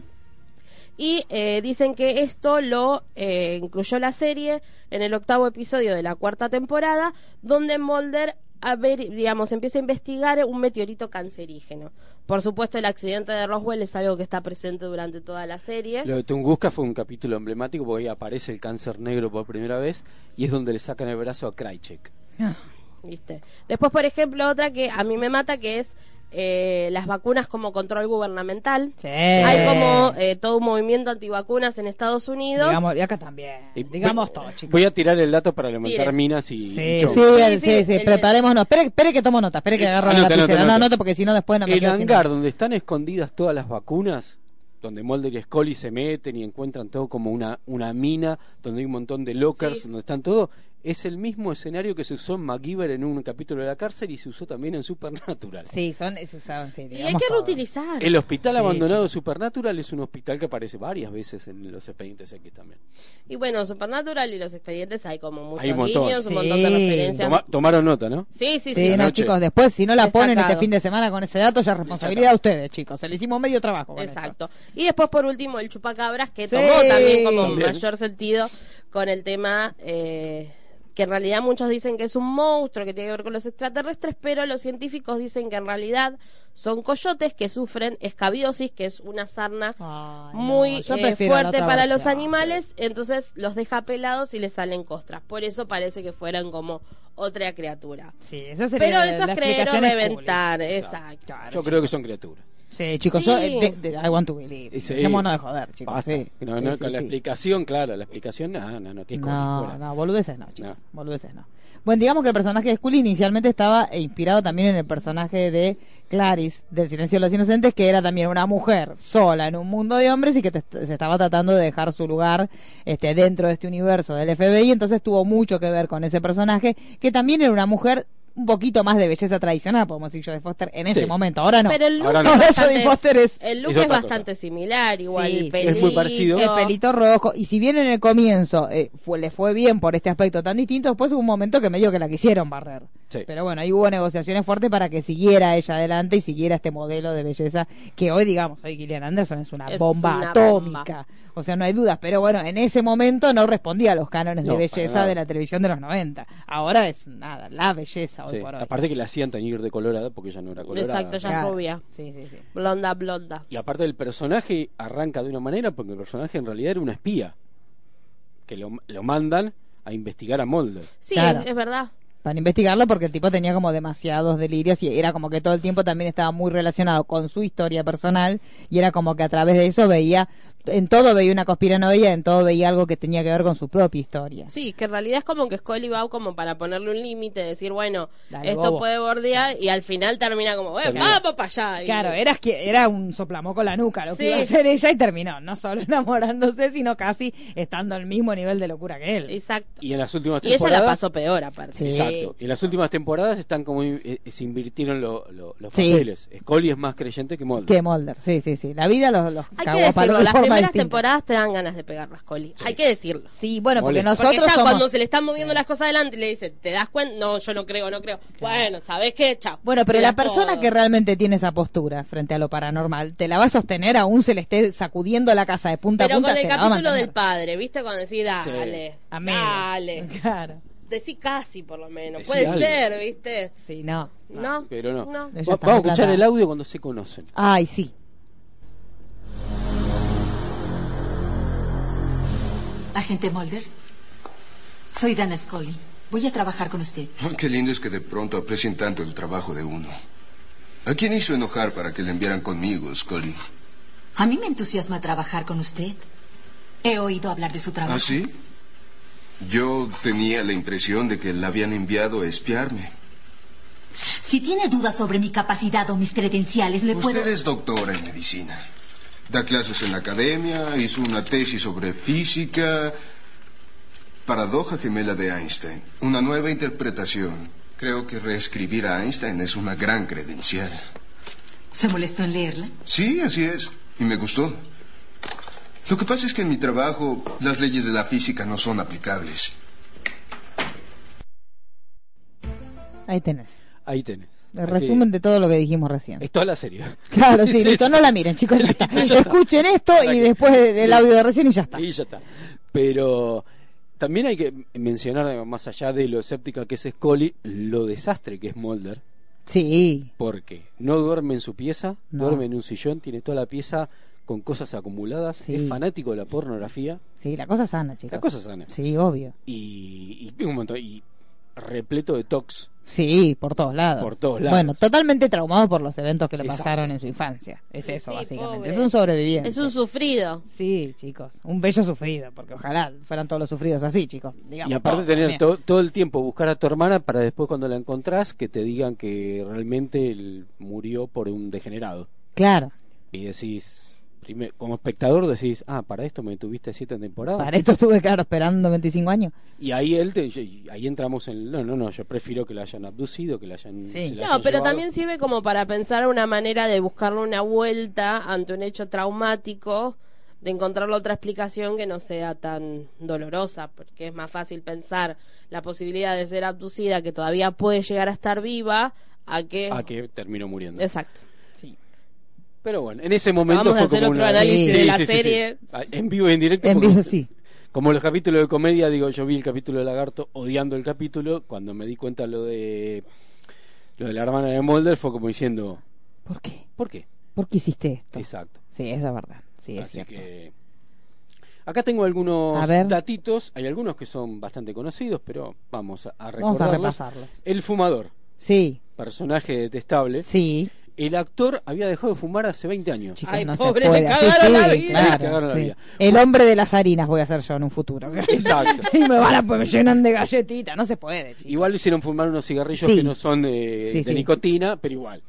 Y eh, dicen que esto lo eh, incluyó la serie en el octavo episodio de la cuarta temporada, donde Mulder a ver, digamos, empieza a investigar un meteorito cancerígeno. Por supuesto, el accidente de Roswell es algo que está presente durante toda la serie. Lo de Tunguska fue un capítulo emblemático porque ahí aparece el cáncer negro por primera vez y es donde le sacan el brazo a Krychek. ¿viste? Después, por ejemplo, otra que a mí me mata, que es eh, las vacunas como control gubernamental. Sí. Hay como eh, todo un movimiento antivacunas en Estados Unidos. Digamos, y acá también. Y Digamos Eh, voy- todo, chicos. Voy a tirar el dato para levantar Tire. minas y. y Sí, sí, chau. sí, sí, sí, el- preparémonos. Espere, espere que tomo nota, espere que Eh, agarro la anota, lapicera. anota, No, anota. anota porque si no después no me el quedo sin hangar nada. donde están escondidas todas las vacunas, donde Mulder y Scully se meten y encuentran todo como una, una mina, donde hay un montón de lockers, Sí. donde están todo, es el mismo escenario que se usó en MacGyver en un capítulo de la cárcel y se usó también en Supernatural. Sí, son, se usaban, sí, Y hay digamos que todo. reutilizar. El hospital Sí, abandonado de Supernatural es un hospital que aparece varias veces en los expedientes X también. Y bueno, Supernatural y los expedientes hay como muchos Hay un montón. guiños, un Sí. montón de referencias. Toma- tomaron nota, ¿no? Sí, sí, sí. Sí, no, Anoche. chicos, después si no la ponen este Destacado. fin de semana con ese dato, ya es responsabilidad de ustedes, chicos. Se le hicimos medio trabajo. con esto. Exacto. Y después, por último, el chupacabras, que Sí. tomó también como También. mayor sentido con el tema eh, que en realidad muchos dicen que es un monstruo que tiene que ver con los extraterrestres, pero los científicos dicen que en realidad son coyotes que sufren escabiosis, que es una sarna Ay, no, muy yo eh, prefiero la fuerte otra para los versión. animales, entonces los deja pelados y les salen costras. Por eso parece que fueran como otra criatura. Sí, esa sería Pero la- eso la es creer o explicación es reventar, pública. exacto. Yo creo que son criaturas. Sí, chicos, yo Sí. eh, de, de- I want to believe. Sí. Dejémonos de joder, chicos. Basta. sí. No, Sí, no, sí, con la sí. explicación, claro, la explicación, no, no, no, que es como No, fuera. no, boludeces no, chicos. No. Boludeces no. Bueno, digamos que el personaje de Scully inicialmente estaba eh, inspirado también en el personaje de Clarice, del Silencio de los Inocentes, que era también una mujer sola en un mundo de hombres y que te- se estaba tratando de dejar su lugar este, dentro de este universo del FBI. Entonces tuvo mucho que ver con ese personaje, que también era una mujer un poquito más de belleza tradicional, podemos decir yo, de Foster en ese Sí. momento. Ahora no. Pero el look, Ahora es no. Ahora bastante- Jodie Foster es- el look es es, otra bastante similar, igual. Sí, el sí, pelito, es muy parecido. El pelito rojo. Y si bien en el comienzo eh, fue, le fue bien por este aspecto tan distinto, después hubo un momento que medio que la quisieron barrer. Sí. Pero bueno, ahí hubo negociaciones fuertes para que siguiera ella adelante y siguiera este modelo de belleza que hoy, digamos, hoy Gillian Anderson es una Es bomba una atómica. O sea, no hay dudas. Pero bueno, en ese momento no respondía a los cánones No, de para belleza nada. de la televisión de los 90. Ahora es nada, la belleza hoy Sí, por hoy. Aparte que la hacían teñir de colorada porque ya no era colorada. Exacto, ya Claro. rubia. Sí, sí, sí. Blonda, blonda. Y aparte el personaje arranca de una manera porque el personaje en realidad era una espía. Que lo, lo mandan a investigar a Mulder. Sí, Claro. es, es verdad. para investigarlo porque el tipo tenía como demasiados delirios y era como que todo el tiempo también estaba muy relacionado con su historia personal y era como que a través de eso veía, en todo veía una conspiranoia, en todo veía algo que tenía que ver con su propia historia. Sí, que en realidad es como que Scully va como para ponerle un límite, decir, bueno, Dale, esto bobo. puede bordear y al final termina como, "Bueno, Termina. vamos para allá. Y- Claro, era, que- era un soplamoco la nuca lo que Sí. iba a hacer ella y terminó, no solo enamorándose, sino casi estando al mismo nivel de locura que él. Exacto. Y, Y en las últimas ella temporadas... la pasó peor aparte. Sí. Exacto. Y en las últimas temporadas están como in- eh, se invirtieron lo- lo- los Sí. papeles. Scully es más creyente que Mulder. Que Mulder, sí, sí, sí. La vida los, los Hay cagó que a palo decirlo, de las forma primeras distinta. temporadas te dan ganas de pegar las Scully. Hay que decirlo. Sí, bueno, porque Molesta. nosotros Porque ya somos... Eh. cuando se le están moviendo las cosas adelante y le dice, ¿te das cuenta? No, yo no creo, no creo. Bueno, ¿sabes qué? Chao. Bueno, pero la Era persona todo. que realmente tiene esa postura frente a lo paranormal, te la va a sostener aún se le esté sacudiendo la casa de punta a Pero punta. con el te la va a capítulo mantener. del padre, ¿viste? Cuando decís, dale, Sí. Amigo. dale. Claro. Decí casi, por lo menos. Decí Puede algo. ser, ¿viste? Sí, no. No. Pero no. No. Ella Va- está vamos a escuchar replantada. el audio cuando se conocen. Ay, sí. Agente Mulder, soy Dana Scully. Voy a trabajar con usted. Ay, Qué lindo es que de pronto aprecien tanto el trabajo de uno. ¿A quién hizo enojar para que le enviaran conmigo, Scully? A mí me entusiasma trabajar con usted. He oído hablar de su trabajo. ¿Ah, sí? Yo tenía la impresión de que la habían enviado a espiarme. Si tiene dudas sobre mi capacidad o mis credenciales, le puedo... Usted es doctora en medicina. Da clases en la academia, hizo una tesis sobre física. Paradoja gemela de Einstein. Una nueva interpretación. Creo que reescribir a Einstein es una gran credencial. ¿Se molestó en leerla? Sí, así es. Y me gustó. Lo que pasa es que en mi trabajo las leyes de la física no son aplicables. Ahí tenés. Ahí tenés. El resumen de todo lo que dijimos Así, recién. Es toda la serie. Claro, sí, Es listo, eso. no la miren, chicos, ya está. Listo, ya está. Escuchen esto Para y que- después el audio de recién y ya está. Y ya está. Pero también hay que mencionar, digamos, más allá de lo escéptica que es Scully, lo desastre que es Mulder, Sí, porque no duerme en su pieza, No. duerme en un sillón, tiene toda la pieza con cosas acumuladas, Sí. es fanático de la pornografía, sí, la cosa sana, chicos. la cosa sana. Sí, obvio. Y, y un montón, y repleto de tox. Sí, por todos lados. Por todos lados. Bueno, totalmente traumado por los eventos que le Exacto. pasaron en su infancia. Es Sí, eso, sí, básicamente. pobre. Es un sobreviviente. Es un sufrido. Sí, chicos. Un bello sufrido, porque ojalá fueran todos los sufridos así, chicos. Digamos, Oh, Y aparte todos tener también. to- todo el tiempo buscar a tu hermana para después cuando la encontrás que te digan que realmente él murió por un degenerado. Claro, y decís, prime- como espectador decís, ah, para esto me tuviste siete temporadas. para esto estuve, claro, esperando 25 años. Y ahí él te- y ahí entramos en, no, no, no, yo prefiero que la hayan abducido, que la hayan... Sí. se la No, hayan pero llevado. también sirve como para pensar una manera de buscarle una vuelta ante un hecho traumático, de encontrarle otra explicación que no sea tan dolorosa, porque es más fácil pensar la posibilidad de ser abducida, que todavía puede llegar a estar viva, a que... Ah, que terminó muriendo. Exacto. Pero bueno, en ese momento Vamos fue a hacer como otro una- análisis de la serie. Ah, En vivo y en directo. En porque- vivo, sí. Como los capítulos de comedia, digo, yo vi el capítulo de Lagarto odiando el capítulo, cuando me di cuenta lo de lo de la hermana de Mulder fue como diciendo, ¿Por qué? ¿por qué? ¿Por qué hiciste esto? Exacto. Sí, esa es verdad. Sí, es Así cierto. que acá tengo algunos A ver. datitos, hay algunos que son bastante conocidos, pero vamos a, a Vamos a recordarlos. repasarlos. El fumador, Sí, personaje detestable. sí. El actor había dejado de fumar hace 20 años. Chicos, Ay, no pobre, se me puede. cagaron Sí, la sí, vida. claro, Me cagaron la sí. vida. El hombre de las harinas voy a ser yo en un futuro. Exacto. y me van a pues, me llenan de galletitas, no se puede, chicos. Igual le hicieron fumar unos cigarrillos Sí. que no son eh, Sí, de sí. nicotina, pero igual.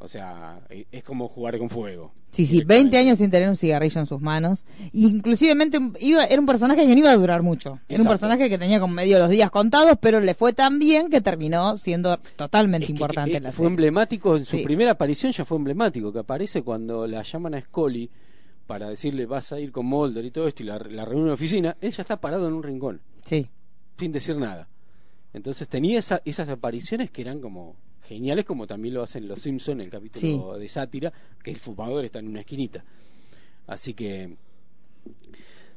O sea, e- es como jugar con fuego. Sí, sí, 20 años sin tener un cigarrillo en sus manos. Y inclusivemente iba, era un personaje que no iba a durar mucho. Era un Exacto. personaje que tenía como medio los días contados, pero le fue tan bien que terminó siendo totalmente Es que- importante que- en la fue serie. emblemático en su Sí. primera aparición ya fue emblemático que aparece cuando la llaman a Scully para decirle vas a ir con Mulder y todo esto y la, la reúne en la oficina ella está parado en un rincón Sí, sin decir nada entonces tenía esa- esas apariciones que eran como geniales como también lo hacen los Simpson en el capítulo de sátira que el fumador está en una esquinita así que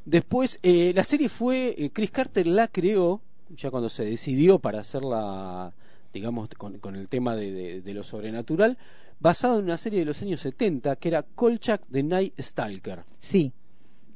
después eh, la serie fue eh, Chris Carter la creó ya cuando se decidió para hacerla digamos con, con el tema de, de- de lo sobrenatural basada en una serie de los años 70 que era Kolchak The Night Stalker sí.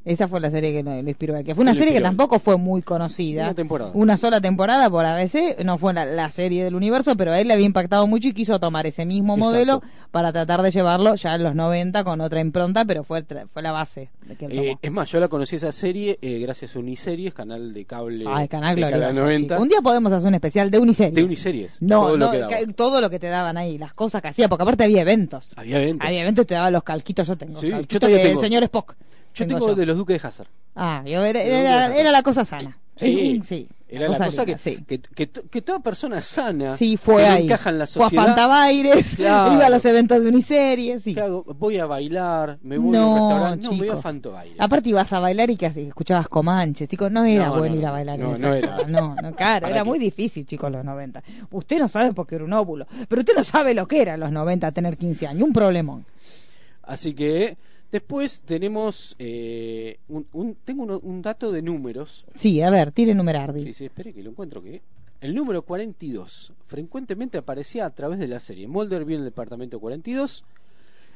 Esa fue la serie que lo, lo inspiró. a él, Que fue una Lo serie que inspiró a él. tampoco fue muy conocida. Una temporada. Una sola temporada por ABC. No fue la, la serie del universo, pero a él le había impactado mucho y quiso tomar ese mismo Exacto. modelo para tratar de llevarlo ya en los 90 con otra impronta, pero fue, el tra- fue la base de que él tomó. Eh, es más, yo la conocí esa serie eh, gracias a Uniseries, canal de cable Ah, el canal de glorioso, Canal 90, chico. Un día podemos hacer un especial de uniseries. de Uniseries. No, todo no, lo que ca- daba. todo lo que te daban ahí, las cosas que hacía, porque aparte había eventos. Había eventos. Había eventos y te daban los calquitos, yo tengo. Sí, calquitos yo todavía del tengo. señor Spock. Yo tengo de los Duques de Hazard. Ah, yo era, de era- Douglas. era la cosa sana. Es un- Era la cosa linda, que, sí. que, que to- que toda persona sana Sí, fue que no ahí. encaja en la fue a sociedad. Fantabaires, Claro. iba a los eventos de uniseries, sí. ¿qué hago? Voy a bailar, me voy a un No, restaurante, no, voy a chicos. Fantobaires. Aparte ibas a bailar y que escuchabas Comanches, chicos, no era No, no, bueno no, ir a bailar no, en no esa era. época, no, no, claro, ¿Para qué? era muy difícil, chicos, los 90. Usted no sabe porque era un óvulo, pero usted no sabe lo que era los 90 tener 15 años, un problemón. Así que después tenemos eh, un, un- tengo uno- un dato de números. Sí, a ver, tire numerardi. Sí, sí, espere que lo encuentro que el número 42 frecuentemente aparecía a través de la serie. Mulder vio el departamento 42.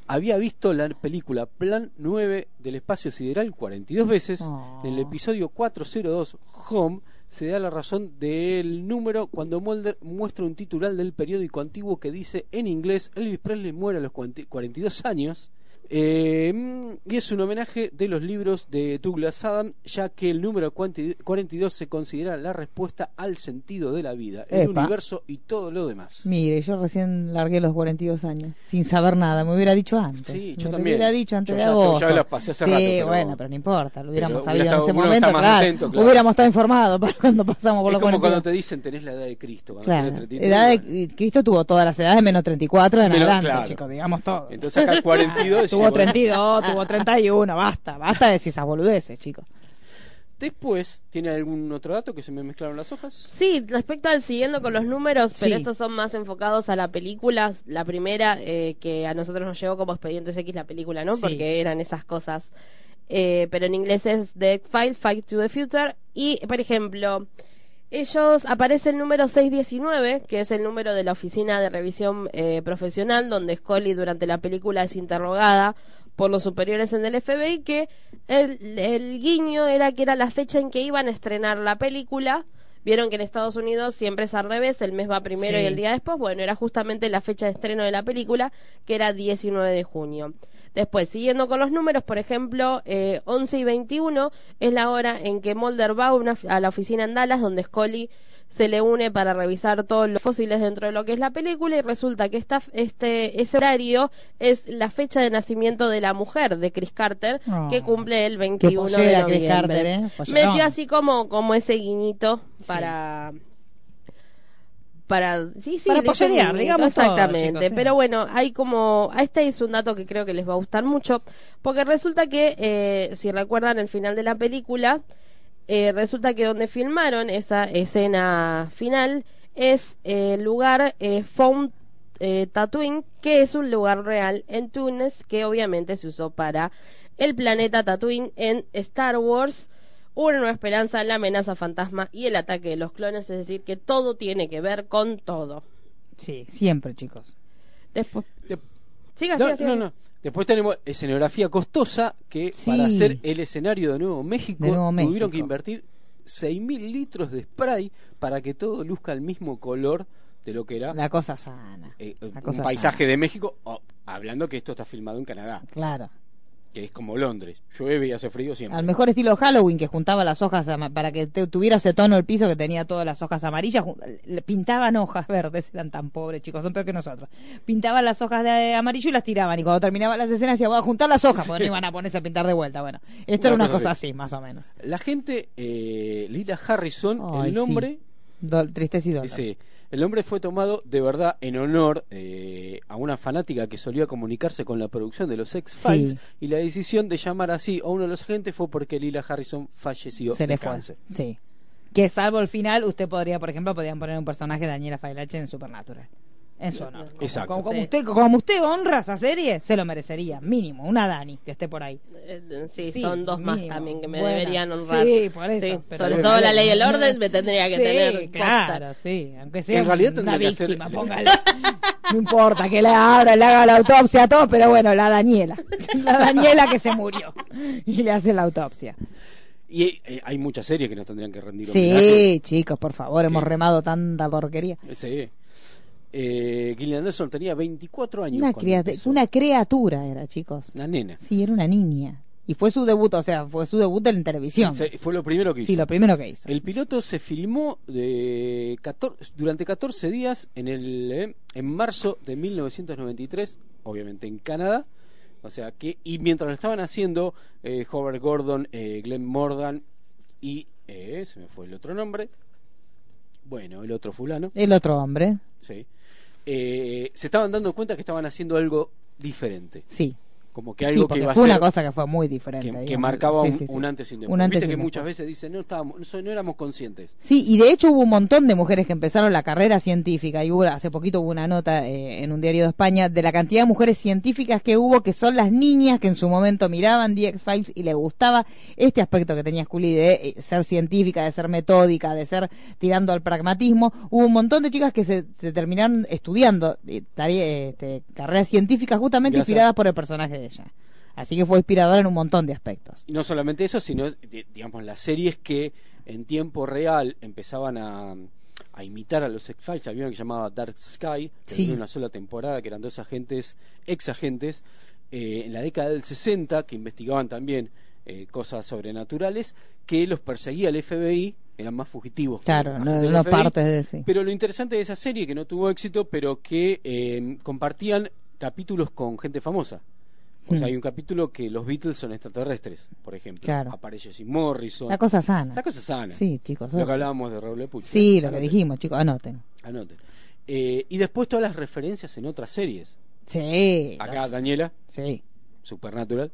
Había visto la película Plan 9 del espacio sideral 42 veces. Oh. En el episodio 402 Home se da la razón del número cuando Mulder muestra un titular del periódico antiguo que dice en inglés Elvis Presley muere a los 40 42 años. Eh, y es un homenaje de los libros de Douglas Adam, ya que el número 40 42 se considera la respuesta al sentido de la vida, el Epa. universo y todo lo demás. Mire, yo recién largué los 42 años, sin saber nada, me hubiera dicho antes. Sí, me yo lo también. hubiera dicho antes Yo de ya- agosto. ya las pasé hace sí, rato, pero- bueno, pero no importa, lo hubiéramos Pero hubiera sabido en estado- ese uno momento, está más claro, atento, claro. hubiéramos estado informados para cuando pasamos por es los como 42. cuando te dicen tenés la edad de Cristo. cuando Claro, tenés 33, edad bueno. de, Cristo tuvo todas las edades menos 34 en Menos- adelante, claro. chicos, digamos todo. Entonces acá 42 tuvo 32, tuvo 31, basta, basta de decir esas boludeces, chicos. Después, ¿tiene algún otro dato que se me mezclaron las hojas? Sí, respecto al siguiendo con los números, pero Sí. estos son más enfocados a la película. La primera eh, que a nosotros nos llegó como Expedientes X, la película, ¿no? Sí. Porque eran esas cosas. Eh, pero en inglés es The X-Files, Fight to the Future. Y, por ejemplo, ellos aparece el número 619, que es el número de la oficina de revisión eh, profesional, donde Scully durante la película es interrogada por los superiores en el FBI, que el, el guiño era que era la fecha en que iban a estrenar la película. Vieron que en Estados Unidos siempre es al revés, el mes va primero Sí. y el día después. Bueno, era justamente la fecha de estreno de la película, que era 19 de junio. Después, siguiendo con los números, por ejemplo, eh, 11 y 21 es la hora en que Mulder va a, una- a la oficina en Dallas, donde Scully se le une para revisar todos los fósiles dentro de lo que es la película y resulta que esta, este, ese horario es la fecha de nacimiento de la mujer de Chris Carter, Oh. que cumple el 21 Que de pollera, Chris noviembre. Carter, ¿eh? Pollerón. Metió así como, como ese guiñito para para sí, sí, Para le hizo un pollerear, guiñito, digamos todo, exactamente chicos, sí. pero bueno hay como este es un dato que creo que les va a gustar mucho porque resulta que eh, si recuerdan el final de la película eh, resulta que donde filmaron esa escena final es eh, el lugar eh, Fount eh, Tatooine, que es un lugar real en Túnez que obviamente se usó para el planeta Tatooine en Star Wars, Una Nueva Esperanza, La Amenaza Fantasma y el ataque de los clones, es decir, que todo tiene que ver con todo. Sí, siempre, chicos. Después. De- Siga, no, siga, siga. no, no. Después tenemos escenografía costosa que Sí. para hacer el escenario de Nuevo México De Nuevo México. tuvieron que invertir 6.000 litros de spray para que todo luzca el mismo color de lo que era La cosa sana. eh, eh, la un cosa paisaje de México, o- hablando que esto está filmado en Canadá, sana. Claro. que es como Londres. Llueve y hace frío siempre. Al mejor estilo Halloween, que juntaba las hojas ama- para que te- tuviera ese tono el piso que tenía todas las hojas amarillas. ju- le Pintaban hojas verdes, eran tan pobres, chicos, son peor que nosotros. Pintaban las hojas de eh, amarillo y las tiraban. Y cuando terminaban las escenas, decían, voy a juntar las hojas, porque no iban a ponerse a pintar de vuelta. Bueno, esto era Una una cosa cosa así. así, más o menos. La gente, eh, Lila Harrison, Ay, el nombre sí. Dol- tristeza y dolor. Ese- el nombre fue tomado de verdad en honor eh, a una fanática que solía comunicarse con la producción de los X-Files Sí. y la decisión de llamar así a uno de los agentes fue porque Lila Harrison falleció se de le fue. cáncer. Sí. Que salvo el final, usted podría, por ejemplo, podrían poner un personaje de Daniela Failache en Supernatural. En su honor. Como- Exacto. Como, como Sí. usted, como usted honra esa serie, se lo merecería. Mínimo, una Dani que esté por ahí. Eh, Sí, Sí, son dos más mínimo. también que me Bueno, deberían honrar. sí, por eso, pero- Sobre todo la ley y el orden me tendría que Sí, tener. Claro, posta. sí. Aunque sea En realidad una tendría que ser- víctima, póngale. No importa que le abra, le haga la autopsia a todos, pero bueno, la Daniela. La Daniela que se murió. Y le hace la autopsia. Y eh, hay muchas series que nos tendrían que rendir homenaje. Sí, chicos, por favor, hemos Sí. remado tanta porquería. Sí. Eh, Gillian Anderson tenía 24 años. Una, cuando criat- empezó. una criatura era, chicos. Una nena. Sí, era una niña. Y fue su debut, o sea, fue su debut en televisión. Se- fue lo primero que hizo. Sí, lo primero que hizo. El piloto se filmó de 14 durante 14 días en, el, eh, en marzo de 1993, obviamente en Canadá. O sea que, y mientras lo estaban haciendo, eh, Howard Gordon, eh, Glenn Morgan y eh, se me fue el otro nombre. Bueno, el otro fulano, El otro hombre, sí. Eh, se estaban dando cuenta que estaban haciendo algo diferente. sí. Como que Sí, algo porque que iba a fue ser una cosa que fue muy diferente. que, que digamos. marcaba Sí, un, sí, sí. un antes y un después. Un antes Viste y que un muchas después. veces dicen, no, estábamos, no éramos conscientes. Sí, y de hecho hubo un montón de mujeres que empezaron la carrera científica y hubo, hace poquito hubo una nota eh, en un diario de España de la cantidad de mujeres científicas que hubo que son las niñas que en su momento miraban DX Files y le gustaba este aspecto que tenía Juli de eh, ser científica, de ser metódica, de ser tirando al pragmatismo. Hubo un montón de chicas que se, se terminaron estudiando eh, tare- este, carreras científicas justamente Gracias. inspiradas por el personaje de ella. Así que fue inspiradora en un montón de aspectos. Y no solamente eso, sino, di- digamos, las series que en tiempo real empezaban a, a imitar a los X-Files. Había una que llamaba Dark Sky, que Sí. duró una sola temporada, que eran dos agentes, ex-agentes, eh, en la década del 60, que investigaban también eh, cosas sobrenaturales, que los perseguía el FBI, eran más fugitivos. que Claro, los no, agentes del no FBI. partes de sí. Pero lo interesante de esa serie, que no tuvo éxito, pero que eh, compartían capítulos con gente famosa. O sea, Mm. hay un capítulo que los Beatles son extraterrestres, por ejemplo. Claro. Aparece Jim Morrison. La cosa sana. La cosa sana. Sí, chicos. Lo obvio. que hablábamos de Raúl Pucho. Sí, lo que dijimos, chicos, anoten. Anoten. Eh, y después todas las referencias en otras series. Sí. Acá los- Daniela, Sí. Supernatural.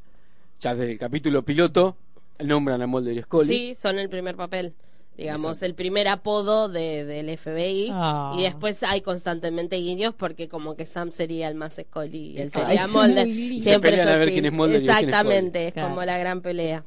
Ya desde el capítulo piloto Nombran a Mulder y Scully. Sí, son el primer papel. Digamos, Exacto. el primer apodo de, del FBI. Ah. Y después hay constantemente guiños porque, como que Sam sería el más Scully y él Exacto. sería Es Mulder. muy lindo. Se pelean fue a ver así. quién es Mulder y quién es Scully. Exactamente, es Claro. como la gran pelea.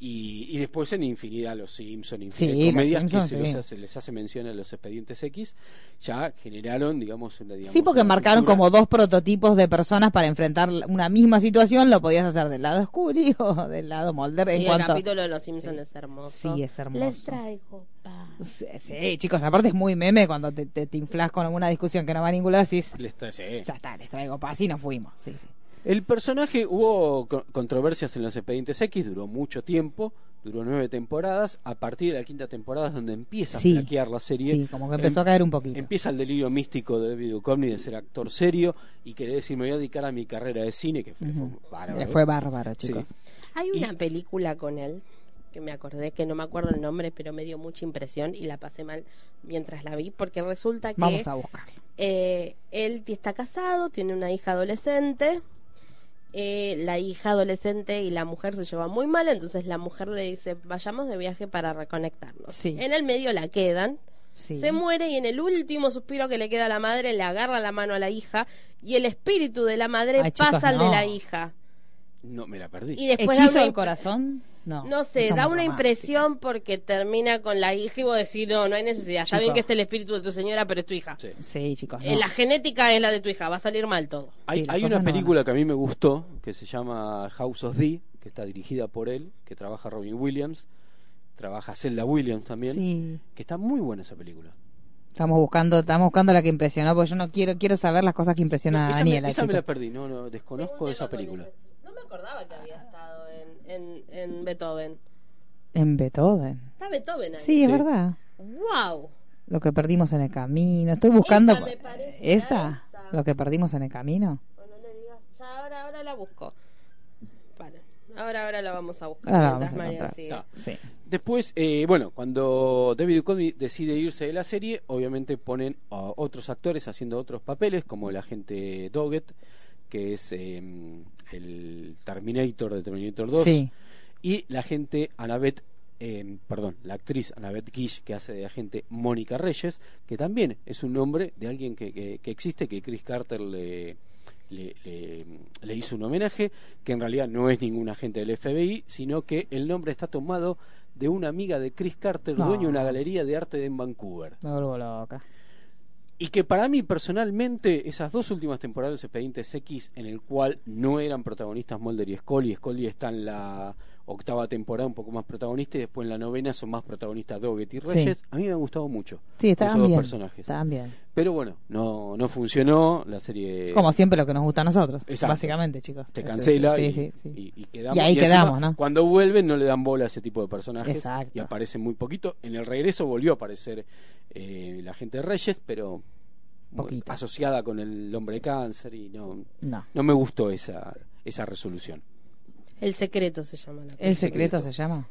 Y, y después en infinidad los Simpson, infinidad Sí, de los comedias Simpson, que se los sí. hace- les hace mención a los expedientes X, ya generaron, digamos, una, digamos, Sí, porque una marcaron cultura. como dos prototipos de personas para enfrentar una misma situación. Lo podías hacer del lado Scully o del lado Mulder. En y el cuanto... capítulo de Los Simpsons es hermoso. Sí, es hermoso. Les traigo paz. Sí, sí, chicos, aparte es muy meme cuando te, te, te inflas con alguna discusión que no va a ningún lado. Decís, Les tra- sí. ya está, les traigo paz y nos fuimos. Sí, sí. El personaje hubo co- controversias en los expedientes X, duró mucho tiempo, duró nueve temporadas. A partir de la quinta temporada es donde empieza Sí. a flaquear la serie. Sí, como que empezó Em- a caer un poquito. Empieza el delirio místico de David Duchovny de ser actor serio y querer decir me voy a dedicar a mi carrera de cine, que fue, Ujú. fue bárbaro. Le fue bárbaro, Sí. chicos. Hay una película con él que me acordé, que no me acuerdo el nombre, pero me dio mucha impresión y la pasé mal mientras la vi, porque resulta que Vamos a buscarlo. eh, él t- está casado, tiene una hija adolescente. eh, la hija adolescente y la mujer se llevan muy mal, entonces la mujer le dice, vayamos de viaje para reconectarnos. Sí. En el medio la quedan, Sí. se muere y en el último suspiro que le queda a la madre le agarra la mano a la hija y el espíritu de la madre Ay, chicos, pasa al de no. la hija. No, me la perdí. Y después da ¿Hechizo una del imp- corazón? No. No sé, Eso da más una romántico. impresión porque termina con la hija y vos decís, no, no hay necesidad. Ya bien Chicos. que este es el espíritu de tu señora, pero es tu hija. Sí. Sí, chicos. Eh, no. La genética es la de tu hija, va a salir mal todo. Hay, Sí, las hay cosas una no película van que a mí me gustó, que se llama House of D, que está dirigida por él, que trabaja Robin Williams, trabaja Zelda Williams también, Sí. que está muy buena esa película. Estamos buscando, estamos buscando la que impresionó, porque yo no quiero, quiero saber las cosas que impresionan a esa me, Daniela. esa me la chicos. perdí, no, no, desconozco esa película. No me acordaba que había estado en, en, en Beethoven. En Beethoven. Está Beethoven ahí. Sí, es Sí. verdad. ¡Wow! Lo que perdimos en el camino. Estoy buscando. Esa me parece ¿Esta? esa. Lo que perdimos en el camino. Bueno, no le digas. Ya ahora, ahora la busco. Para. Ahora, ahora la vamos a buscar. Ahora la mientras vamos a Marian encontrar. sigue. Está. Sí. Después, eh, bueno, cuando David Duchovny decide irse de la serie, obviamente ponen a otros actores haciendo otros papeles, como el agente Doggett, que es eh, el Terminator de Terminator 2, Sí. y la agente Anabeth, eh, perdón, la actriz Anabeth Gish, que hace de agente Mónica Reyes, que también es un nombre de alguien que, que- que existe, que Chris Carter le, le, le- le hizo un homenaje, que en realidad no es ningún agente del FBI, sino que el nombre está tomado de una amiga de Chris Carter, No. dueño de una galería de arte en Vancouver. Me vuelvo loca. Y que para mí personalmente, esas dos últimas temporadas de los Expedientes X, en el cual no eran protagonistas Mulder y Scully, Scully está en la octava temporada un poco más protagonista y después en la novena son más protagonistas Doggett y Reyes, a mí me han gustado mucho Sí, estaban esos dos bien. personajes. Estaban bien. Pero bueno, no, no funcionó, la serie Como siempre lo que nos gusta a nosotros. Eh, Exacto. Básicamente, chicos. te Sí, cancela sí, y, sí, sí. y- y quedamos. Y ahí encima, quedamos, ¿no? Cuando vuelven no le dan bola a ese tipo de personajes Exacto. y aparecen muy poquito. En el regreso volvió a aparecer eh, la gente de Reyes, pero muy Poquito. asociada con el hombre cáncer y no, No. no me gustó esa, esa resolución. El secreto se llama la El secreto. secreto se llama.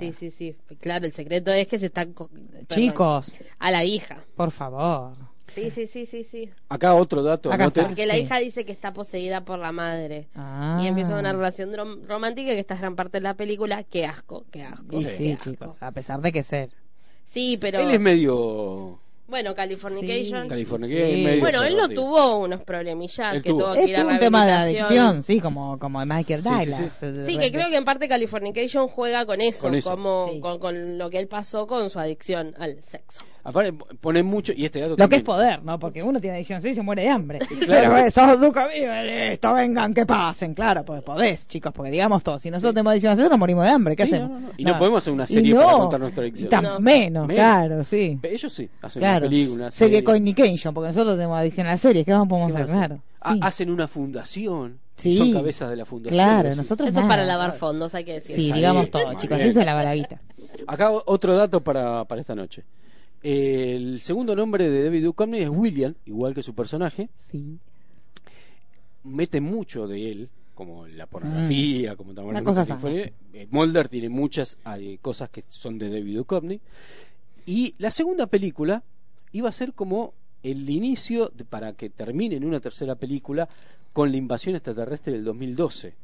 Sí, sí, sí. Claro, el secreto es que se están. co- Chicos, perdón, A la hija. por favor. Sí, sí, sí, sí, sí. Acá otro dato. Acá anoten. está. Porque la Ah, Sí. hija dice que está poseída por la madre. Ah. Y empieza una relación drom- romántica que está gran parte de la película. Qué asco, qué asco. Y qué sí, asco. chicos. A pesar de que ser. Sí, pero. Él es medio Bueno, Californication. California Sí. Gay, medio Bueno, él no pervertido. tuvo unos problemillas Él que tuvo. tuvo que Es ir a un tema de rehabilitación. adicción, sí, como, como de Michael Sí, sí, Douglas. sí. Eh, Sí, que creo que en parte Californication juega con eso, Con eso. como Sí. con, con lo que él pasó con su adicción al sexo. Aparte, ponen mucho. Y este dato Lo que también. es poder, ¿no? Porque uno tiene adicción, sí, se muere de hambre. Claro. Pero eh, sos Duca Viva, listo, vengan, que pasen, claro, porque podés, chicos, porque digamos todos, si nosotros tenemos adicción a sexo, nos morimos de hambre, ¿qué Sí, hacemos? no, no, no. Y no podemos hacer una serie Y para contar nuestra adicción. y tan No. menos, Menos. claro, sí. Ellos sí, hacen Claro, una película, una serie serie. Coinication, porque nosotros tenemos adicción a las series, ¿qué más podemos ¿Qué hacer? va a hacer? Claro. Ha- sí. Hacen una fundación. Sí. Son cabezas de la fundación. Claro, es decir, nosotros Eso es para nada. lavar fondos, hay que decir. Sí, Ahí, digamos todo, muy chicos, bien. eso es la vista Acá o- otro dato para, para esta noche. El segundo nombre de David Duchovny es William, igual que su personaje. Sí. Mete mucho de él, como la pornografía, como también Mm. Una la cosa cosa Mulder tiene muchas eh, cosas que son de David Duchovny. Y la segunda película iba a ser como el inicio de- para que termine en una tercera película con la invasión extraterrestre del 2012.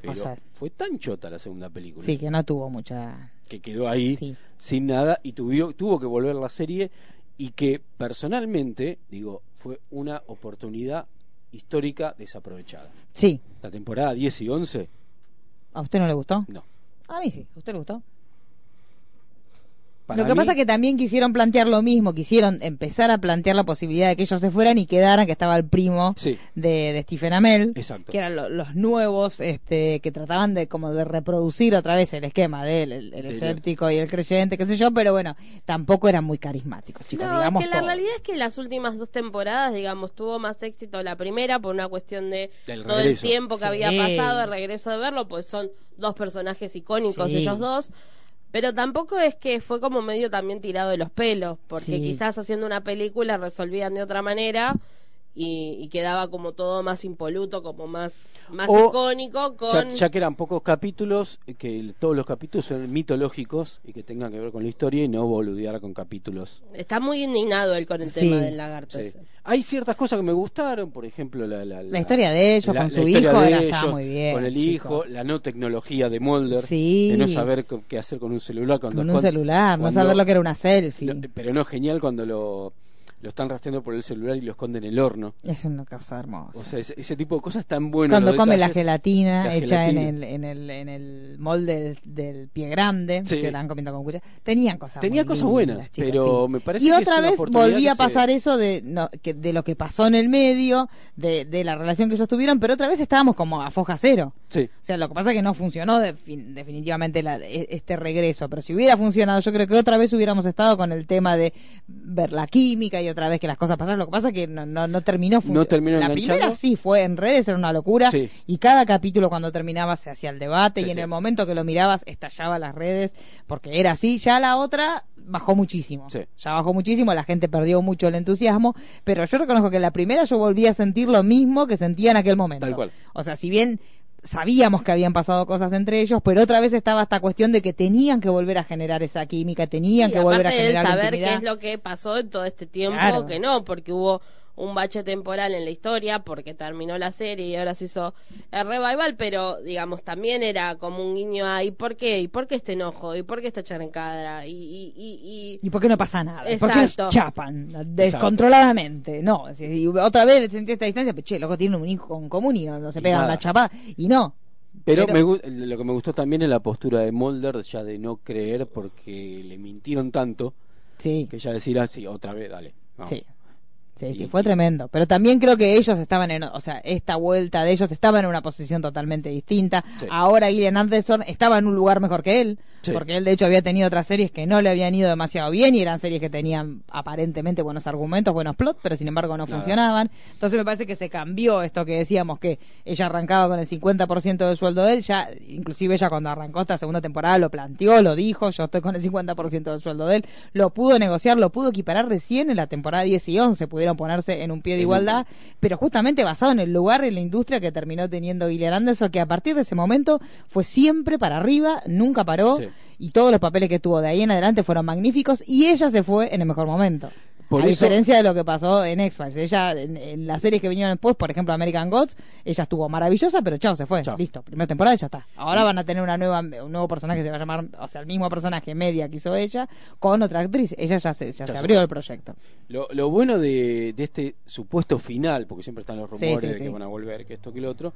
Pero sea- fue tan chota la segunda película Sí, que no tuvo mucha. que quedó ahí Sí. sin nada y tuvo, tuvo que volver la serie y que personalmente, digo, fue una oportunidad histórica desaprovechada. Sí. La temporada 10 y 11, ¿A usted no le gustó? no. A mí sí. ¿A usted le gustó? Para lo que mí, pasa es que también quisieron plantear lo mismo, quisieron empezar a plantear la posibilidad de que ellos se fueran y quedaran, que estaba el primo Sí. de, de Stephen Amell, Exacto. que eran lo- los nuevos, este, que trataban de como de reproducir otra vez el esquema del el, el Del- escéptico y el creyente, qué sé yo, pero bueno, tampoco eran muy carismáticos, chicos, No, digamos es que la todo. realidad es que las últimas dos temporadas, digamos, tuvo más éxito la primera por una cuestión de Del todo regreso. el tiempo que Sí. había pasado, el regreso de verlo, pues son dos personajes icónicos Sí. ellos dos. Pero tampoco es que fue como medio también tirado de los pelos, porque Sí. quizás haciendo una película resolvían de otra manera y, y quedaba como todo más impoluto, como más, más O- icónico con... ya, ya que eran pocos capítulos, que el- todos los capítulos son mitológicos y que tengan que ver con la historia y no boludear con capítulos. Está muy indignado él con el Sí. tema del lagarto. Sí. ese. Hay ciertas cosas que me gustaron, por ejemplo, la, la, La historia de ellos con su historia hijo de era- estaba muy bien, Con el chicos. hijo, la no tecnología de Mulder, Sí. de no saber co- qué hacer con un celular. Cuando, Con un cuando- celular, no cuando- saber lo que era una selfie. no, eh, pero no, genial cuando lo, lo están rastreando por el celular y lo esconden en el horno. Es una cosa hermosa. O sea, ese, ese tipo de cosas tan buenas. Cuando come la gelatina la hecha en el, gelatina. en, el, en el molde del, del pie grande, Sí. que la han comiendo con cuchara, tenían cosas Tenía muy cosas lindas, buenas, chicos, pero sí. me parece Y que es otra una vez oportunidad volvía a que se- pasar eso de, no, que, de lo que pasó en el medio, de, de la relación que ellos tuvieron, pero otra vez estábamos como a foja cero. Sí. O sea, lo que pasa es que no funcionó defin- definitivamente la- e- este regreso, pero si hubiera funcionado, yo creo que otra vez hubiéramos estado con el tema de ver la química y otra vez que las cosas pasaron. Lo que pasa es que no, no, no terminó funcionando. No terminó la enganchando. primera sí fue en redes, era una locura, Sí. y cada capítulo cuando terminaba se hacía el debate Sí, y en sí. el momento que lo mirabas estallaba las redes, porque era así. Ya la otra bajó muchísimo. Sí. Ya bajó muchísimo, la gente perdió mucho el entusiasmo, pero yo reconozco que en la primera yo volví a sentir lo mismo que sentía en aquel momento. Tal cual. O sea, si bien sabíamos que habían pasado cosas entre ellos, pero otra vez estaba esta cuestión de que tenían que volver a generar esa química, tenían Y que volver a aparte de generar saber intimidad. qué es lo que pasó en todo este tiempo, Claro. que no, porque hubo un bache temporal en la historia porque terminó la serie y ahora se hizo el revival, pero digamos también era como un guiño a ¿y por qué? ¿y por qué este enojo? ¿y por qué esta chancada? Y, y, y, y- ¿Y por qué no pasa nada? ¿Por qué los Exacto. chapan descontroladamente? No, es decir, y otra vez sentí esta distancia, pero che, loco, tienen un hijo en común y no, no se Y pegan nada. una chapada. Y no. Pero, Pero- me gu- lo que me gustó también es la postura de Mulder, ya de no creer porque le mintieron tanto, Sí, que ya decir así, otra vez, dale. vamos". sí. Sí, sí, Y- fue tremendo. Pero también creo que ellos estaban en, o sea, esta vuelta de ellos estaban en una posición totalmente distinta. Sí. Ahora Gillian Anderson estaba en un lugar mejor que él, Sí. porque él de hecho había tenido otras series que no le habían ido demasiado bien y eran series que tenían aparentemente buenos argumentos, buenos plots, pero sin embargo no Nada. funcionaban. Entonces me parece que se cambió esto que decíamos que ella arrancaba con el 50% del sueldo de él, ya inclusive ella cuando arrancó esta segunda temporada lo planteó, lo dijo, yo estoy con el 50% del sueldo de él, lo pudo negociar, lo pudo equiparar recién en la temporada 10 y 11, pudieron ponerse en un pie de igualdad, pero justamente basado en el lugar y la industria que terminó teniendo Gillian Anderson, que a partir de ese momento fue siempre para arriba, nunca paró, Sí. y todos los papeles que tuvo de ahí en adelante fueron magníficos, y ella se fue en el mejor momento. Por a eso- diferencia de lo que pasó en X-Files, ella en, en las series que vinieron después, por ejemplo American Gods, ella estuvo maravillosa, pero chao, se fue, Chao. Mm. listo, primera temporada y ya está. Ahora van a tener una nueva, un nuevo personaje que se va a llamar, o sea, el mismo personaje media que hizo ella, con otra actriz, ella ya se, ya Ya se se abrió fue. el proyecto. Lo, lo bueno de, de este supuesto final, porque siempre están los Sí, rumores sí, de que sí. van a volver, que esto, que lo otro,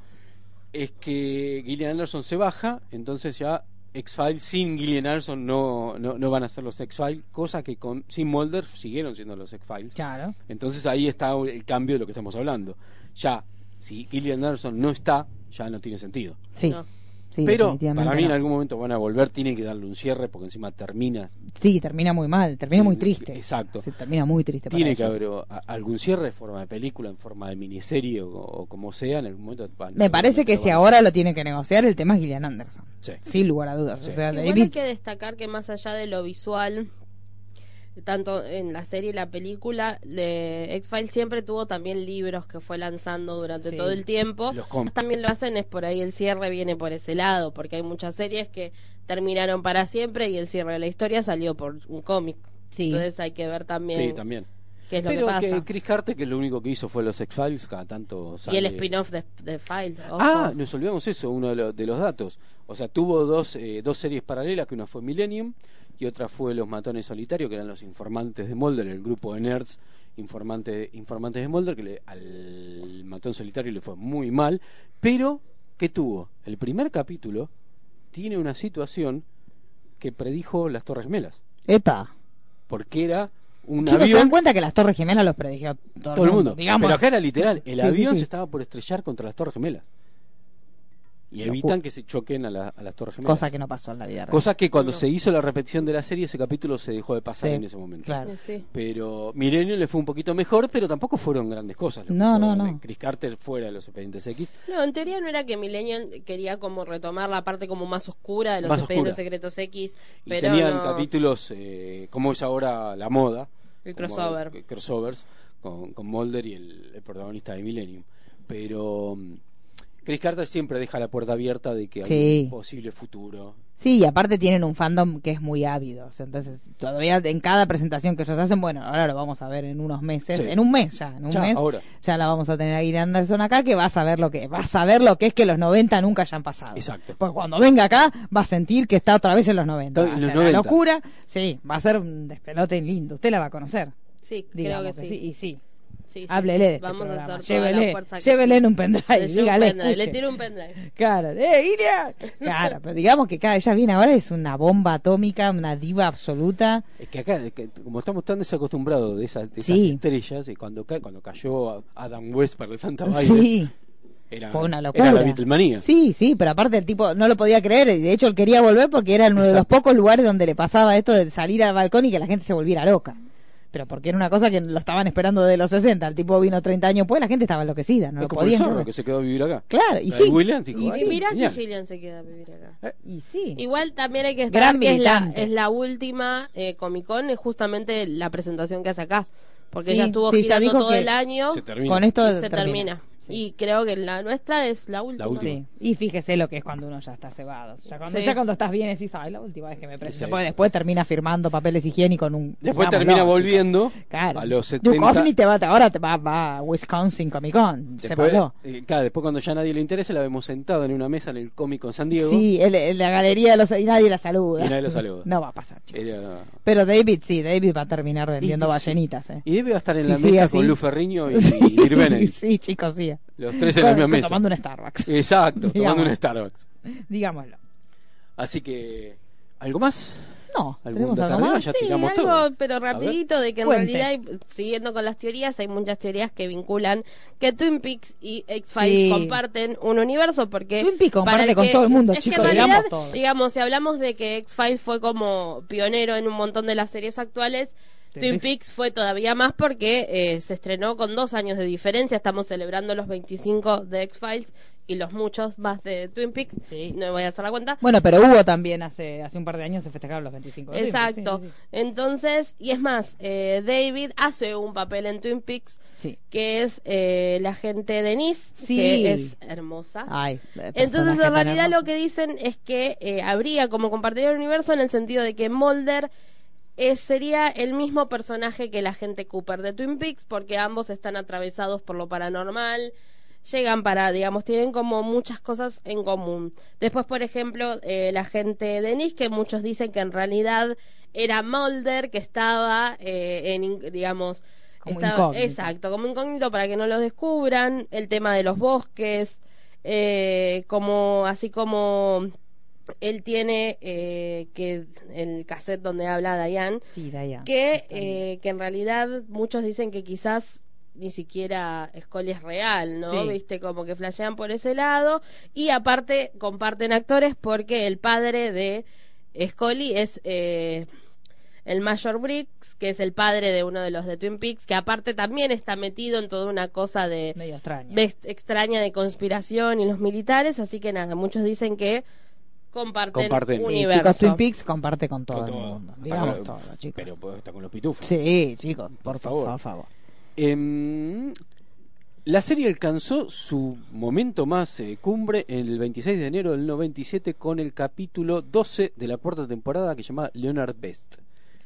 es que Gillian Anderson se baja, entonces ya X-Files sin Gillian Anderson no, no, no van a ser los X-Files, cosa que con, sin Mulder siguieron siendo los X-Files. Claro. Entonces ahí está el cambio de lo que estamos hablando. Ya, si Gillian Anderson no está, ya no tiene sentido. Sí. No. Sí, Pero definitivamente para mí en no. algún momento van a volver, tienen que darle un cierre porque encima termina. Sí, termina muy mal, termina Sí, muy triste. exacto. Sí, termina muy Este, triste. para Tiene que ellos. haber o, a- algún cierre en forma de película, en forma de miniserie o, o como sea, en algún momento. van- Me parece seguramente que si lo van a ahora lo tiene que negociar, el tema es Gillian Anderson. hacer. Sí. Sin lugar a dudas. O Sí. sea, Igual David- hay que destacar que más allá de lo visual, tanto en la serie y la película, le- X-Files siempre tuvo también libros que fue lanzando durante Sí. todo el tiempo. Los cómics. también lo hacen es por ahí el cierre viene por ese lado, porque hay muchas series que terminaron para siempre y el cierre de la historia salió por un cómic. Sí. Entonces hay que ver también, Sí, también. que es lo Pero que pasa. que Chris Carter, que lo único que hizo fue los X-Files, cada tanto Y el sale- spin-off de, de File. ojo. Ah, nos olvidamos eso, uno de, lo- de los datos. O sea, tuvo dos, eh, dos series paralelas, que una fue Millennium y otra fue Los Matones Solitarios, que eran los informantes de Mulder, el grupo de nerds informante, informantes de Mulder, que le- al Matón Solitario le fue muy mal. Pero, ¿qué tuvo? El primer capítulo tiene una situación que predijo las Torres Gemelas, Epa. porque era un Chicos, se avión... dan cuenta que las Torres Gemelas los predijo todo, todo el mundo. Digamos. Pero acá era literal. El Sí, sí, avión sí. se estaba por estrellar contra las Torres Gemelas. Y Locura. evitan que se choquen a, la- a las Torres Gemelas. Cosa que no pasó en la vida real. Cosa que cuando se hizo la repetición de la serie, ese capítulo se dejó de pasar Sí, en ese momento. Claro. Sí. Pero Milenio le fue un poquito mejor, pero tampoco fueron grandes cosas. lo que No, hizo no, de no. Chris Carter fuera de los expedientes X. No, en teoría no era que Millennial quería como retomar la parte como más oscura de los Más expedientes oscura. secretos X, Y pero tenían no- capítulos, eh, como es ahora la moda. El como crossover. que- crossovers con, con Mulder y el, el protagonista de Millennium. Pero mm, Chris Carter siempre deja la puerta abierta de que hay Sí. un posible futuro. Sí, y aparte tienen un fandom que es muy ávido. o sea, entonces, todavía en cada presentación que ellos hacen, bueno, ahora lo vamos a ver en unos meses. Sí. En un mes ya, en un Ya, mes. ahora. Ya la vamos a tener a Irene Anderson acá, que va a saber lo que va a saber lo que es que los 90 nunca hayan pasado. Exacto. Pues cuando venga acá, va a sentir que está otra vez en los Está 90. Va a en los ser una 90. locura. Sí, va a ser un despelote lindo. Usted la va a conocer. Sí, creo Digamos que que sí. sí. Y sí. Sí, sí, Háblele sí. de este Vamos a programa. hacer toda la Llévele- fuerza que- llévele en un pendrive, Le llevo un dígale, pendrive, Le escuche. tiro un pendrive. Claro, ¡eh, Iria! Claro, pero digamos que cada, ella viene ahora, es una bomba atómica, una diva absoluta. Es que acá, es que como estamos tan desacostumbrados de esas, de esas Sí. estrellas, y cuando, ca- cuando cayó a- Adam West para el Phantom Island, Sí, eh, era, fue una locura. era la Beatlemanía. Sí, sí, pero aparte el tipo no lo podía creer, y de hecho él quería volver porque era uno de los Exacto. pocos lugares donde le pasaba esto de salir al balcón y que la gente se volviera loca. Pero porque era una cosa que lo estaban esperando desde los 60, el tipo vino 30 años después, la gente estaba enloquecida, no es lo como el podían zorro creer. que se quedó a vivir acá. Claro, y La de sí. Williams dijo, y "Ay, Y sí. mirá genial". si Gillian se queda a vivir acá. Y sí. Igual también hay que estar Gran que es la, militante. es la última eh, Comic Con, es justamente la presentación que hace acá. Porque Sí, ella estuvo sí, ya girando dijo todo que el año Se termina. Con esto y se termina. Sí. Y creo que la nuestra es la última. La última. Sí, y fíjese lo que es cuando uno ya está cebado. Ya cuando, Sí. ya cuando estás bien decís, ay, la última vez que me prendo. Sí. Después, después termina firmando papeles higiénicos en un... Después digámoslo, termina chicos. volviendo Claro. a los Duke 70. Hoffney te va, ahora te va, va a Wisconsin Comic Con. Se Después, voló. eh, claro, después cuando ya a nadie le interesa, la vemos sentada en una mesa en el cómic con San Diego. Sí, el- el- la galería de los... Y nadie la saluda. Y nadie la saluda. No va a pasar, chicos. Era- Pero David, sí, David va a terminar vendiendo Y- ballenitas, eh. Y debe estar en Sí, la sí, mesa así. con Lu Ferriño y, y Dirk Benedict. Sí, chicos, sí. Los tres en la Con- misma con- mesa. Eh. Tomando un Starbucks, Exacto, tomando Digamos. un Starbucks. digámoslo. Así que, ¿algo más? No, ¿Algún tenemos dato algo arriba? más. Ya sí, tiramos algo, todo. A pero ver. rapidito, de que en Cuente. realidad, hay- siguiendo con las teorías, hay muchas teorías que vinculan que Twin Peaks y X-Files Sí. comparten un universo, porque... Twin Peaks comparte para el con todo el mundo, es chicos, que en digamos realidad, todo. digamos, si hablamos de que X-Files fue como pionero en un montón de las series actuales, Twin Twin Peaks. Peaks fue todavía más porque eh, se estrenó con dos años de diferencia, estamos celebrando los 25 de X-Files y los muchos más de Twin Peaks, Sí. no voy a hacer la cuenta, Bueno, pero hubo también hace, hace un par de años se festejaron los 25 de Twin Peaks, pues sí, Exacto. sí, sí. Entonces, y es más, eh, David hace un papel en Twin Peaks Sí. que es eh, la gente Denise, Sí. que es hermosa. Ay, eh, Entonces, en realidad lo que dicen es que eh, habría como compartir el universo en el sentido de que Mulder eh, sería el mismo personaje que la gente Cooper de Twin Peaks, porque ambos están atravesados por lo paranormal, llegan para, digamos, tienen como muchas cosas en común. Después, por ejemplo, eh, la gente Denise, que muchos dicen que en realidad era Mulder, que estaba eh, en, in- digamos, Como estaba- incógnito. exacto, como incógnito para que no los descubran, el tema de los bosques, eh, como así como él tiene eh, que el cassette donde habla Diane Sí, Daya. que, eh, que en realidad muchos dicen que quizás ni siquiera Scully es real, ¿no? Sí. Viste, como que flashean por ese lado. Y aparte comparten actores porque el padre de Scully es eh, el Mayor Briggs, que es el padre de uno de los de Twin Peaks, que aparte también está metido en toda una cosa de Medio extraño. de- extraña de conspiración y los militares. Así que nada, muchos dicen que comparten, Comparten. Sí, universo. Chicos, Twin Peaks comparte con todo, Con todo. el mundo. Hasta Digamos con- todo, chicos. Pero puedo estar con los pitufos. Sí, chicos, por Por favor. favor. Por favor. Em, la serie alcanzó su momento más eh, cumbre el 26 de enero del 97 con el capítulo 12 de la cuarta temporada que se llama Leonard Best,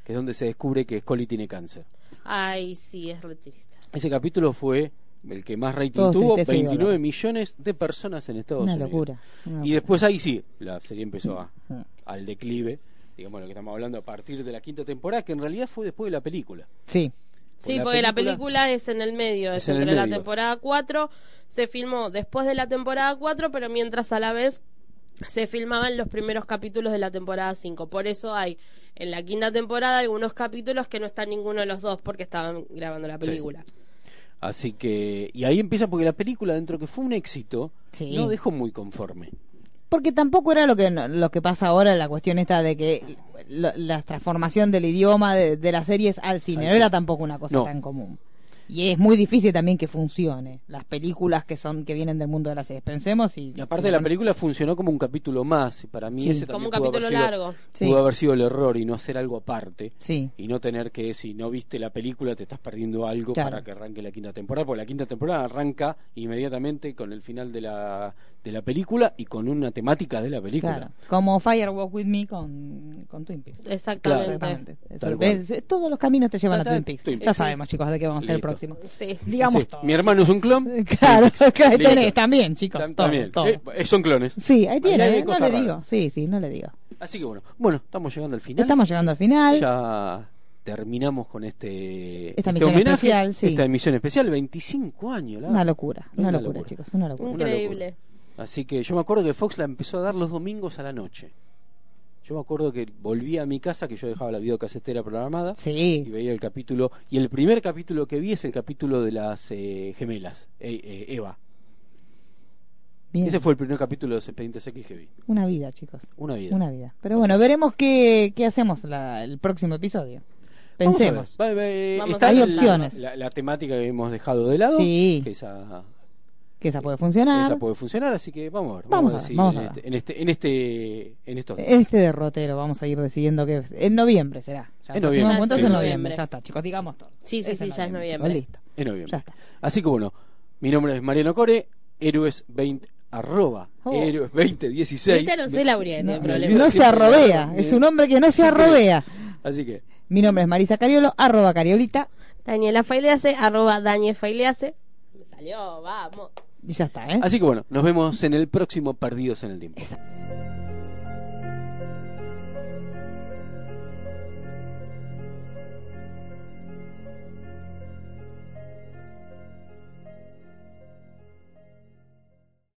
que es donde se descubre que Scully tiene cáncer. Ay, sí, es re triste. Ese capítulo fue el que más rating Todos tuvo, tristeza y 29 dolor. millones de personas en Estados Una Unidos. locura, una Y locura. después ahí sí, la serie empezó a- Ujú. al declive, digamos lo que estamos hablando a partir de la quinta temporada, que en realidad fue después de la película. Sí. Sí, porque la película es en el medio, Es es, en el entre la medio. temporada 4, se filmó después de la temporada 4, pero mientras a la vez se filmaban los primeros capítulos de la temporada 5. Por eso hay en la quinta temporada algunos capítulos que no están ninguno de los dos porque estaban grabando la Sí. película. Así que, y ahí empieza porque la película, dentro que fue un éxito, Sí. no dejó muy conforme. Porque tampoco era lo que lo que pasa ahora la cuestión esta de que la, la transformación del idioma de, de las series al cine Al no era cine. tampoco una cosa No. tan común. Y es muy difícil también que funcione las películas que son que vienen del mundo de las series. Pensemos y, Y aparte la película funcionó como un capítulo más, y para mí Sí. ese Como también pudo un haber capítulo sido- largo. Sí. pudo haber sido el error y no hacer algo aparte. Sí. y no tener que, si no viste la película, te estás perdiendo algo Claro. para que arranque la quinta temporada, porque la quinta temporada arranca inmediatamente con el final de la, de la película y con una temática de la película. Claro, como Fire Walk With Me con, con Twin Peaks. Este. Exactamente. Exactamente. Es- Tal cual. es- todos los caminos te llevan a Ta- ta- Twin Peaks. Twin Ya Peaks. sabemos, chicos, de qué vamos a hacer el Listo. próximo. Sí. Digamos Sí, todo. Mi hermano es un clon. Claro, que ahí Listo. tenés, también, chicos. Tam- todo, también. todo. Eh, eh, son clones. Sí, ahí Ahí hay tiene, ¿eh? no cosas le raras. digo. Sí, sí, no le digo. Así que bueno, bueno, estamos llegando al final. Estamos llegando al final. Ya terminamos con este, Esta este emisión homenaje, especial, sí. esta emisión especial, 25 años. la- Una locura, una, Una locura, locura. chicos, una locura. Una Increíble. Así que yo me acuerdo que Fox la empezó a dar los domingos a la noche. Yo me acuerdo que volvía a mi casa, que yo dejaba la videocasetera programada, y Sí, veía el capítulo. Y el primer capítulo que vi es el capítulo de las eh, gemelas, eh, eh, Eva. bien. Ese fue el primer capítulo de los Expedientes X que vi. Una vida, chicos. Una vida. Una vida. Pero bueno, veremos qué, qué hacemos la- el próximo episodio. Vamos a ver. Pensemos. Va- va- eh, Vamos está a ver. la- Hay opciones. La, la temática que hemos dejado de lado, Sí. que esa, Que esa puede funcionar. esa puede funcionar, así que vamos a ver. Vamos a ver, decidir vamos a en, ver. Este, en este, en este, en estos días. Este derrotero, vamos a ir decidiendo que en noviembre será. Ya, En el próximo noviembre. momento es Sí, en sí, sí. noviembre, ya está, chicos, digamos todo. Sí, sí, en sí, ya es noviembre. chicos, listo. En noviembre. Ya está. Así que bueno, mi nombre es Mariano Core, héroes 20 arroba Oh. héroes 2016. Ahorita no sé, Lauria, no hay No, problema. no se Siempre- arrobea, es un hombre que no se arrobea. Así que Mi nombre es Marisa Cariolo, arroba Cariolita, Daniela Faileace, arroba Daniel Faileace. Me salió, vamos. y ya está, ¿eh? así que bueno, nos vemos en el próximo Perdidos en el tiempo. Esa-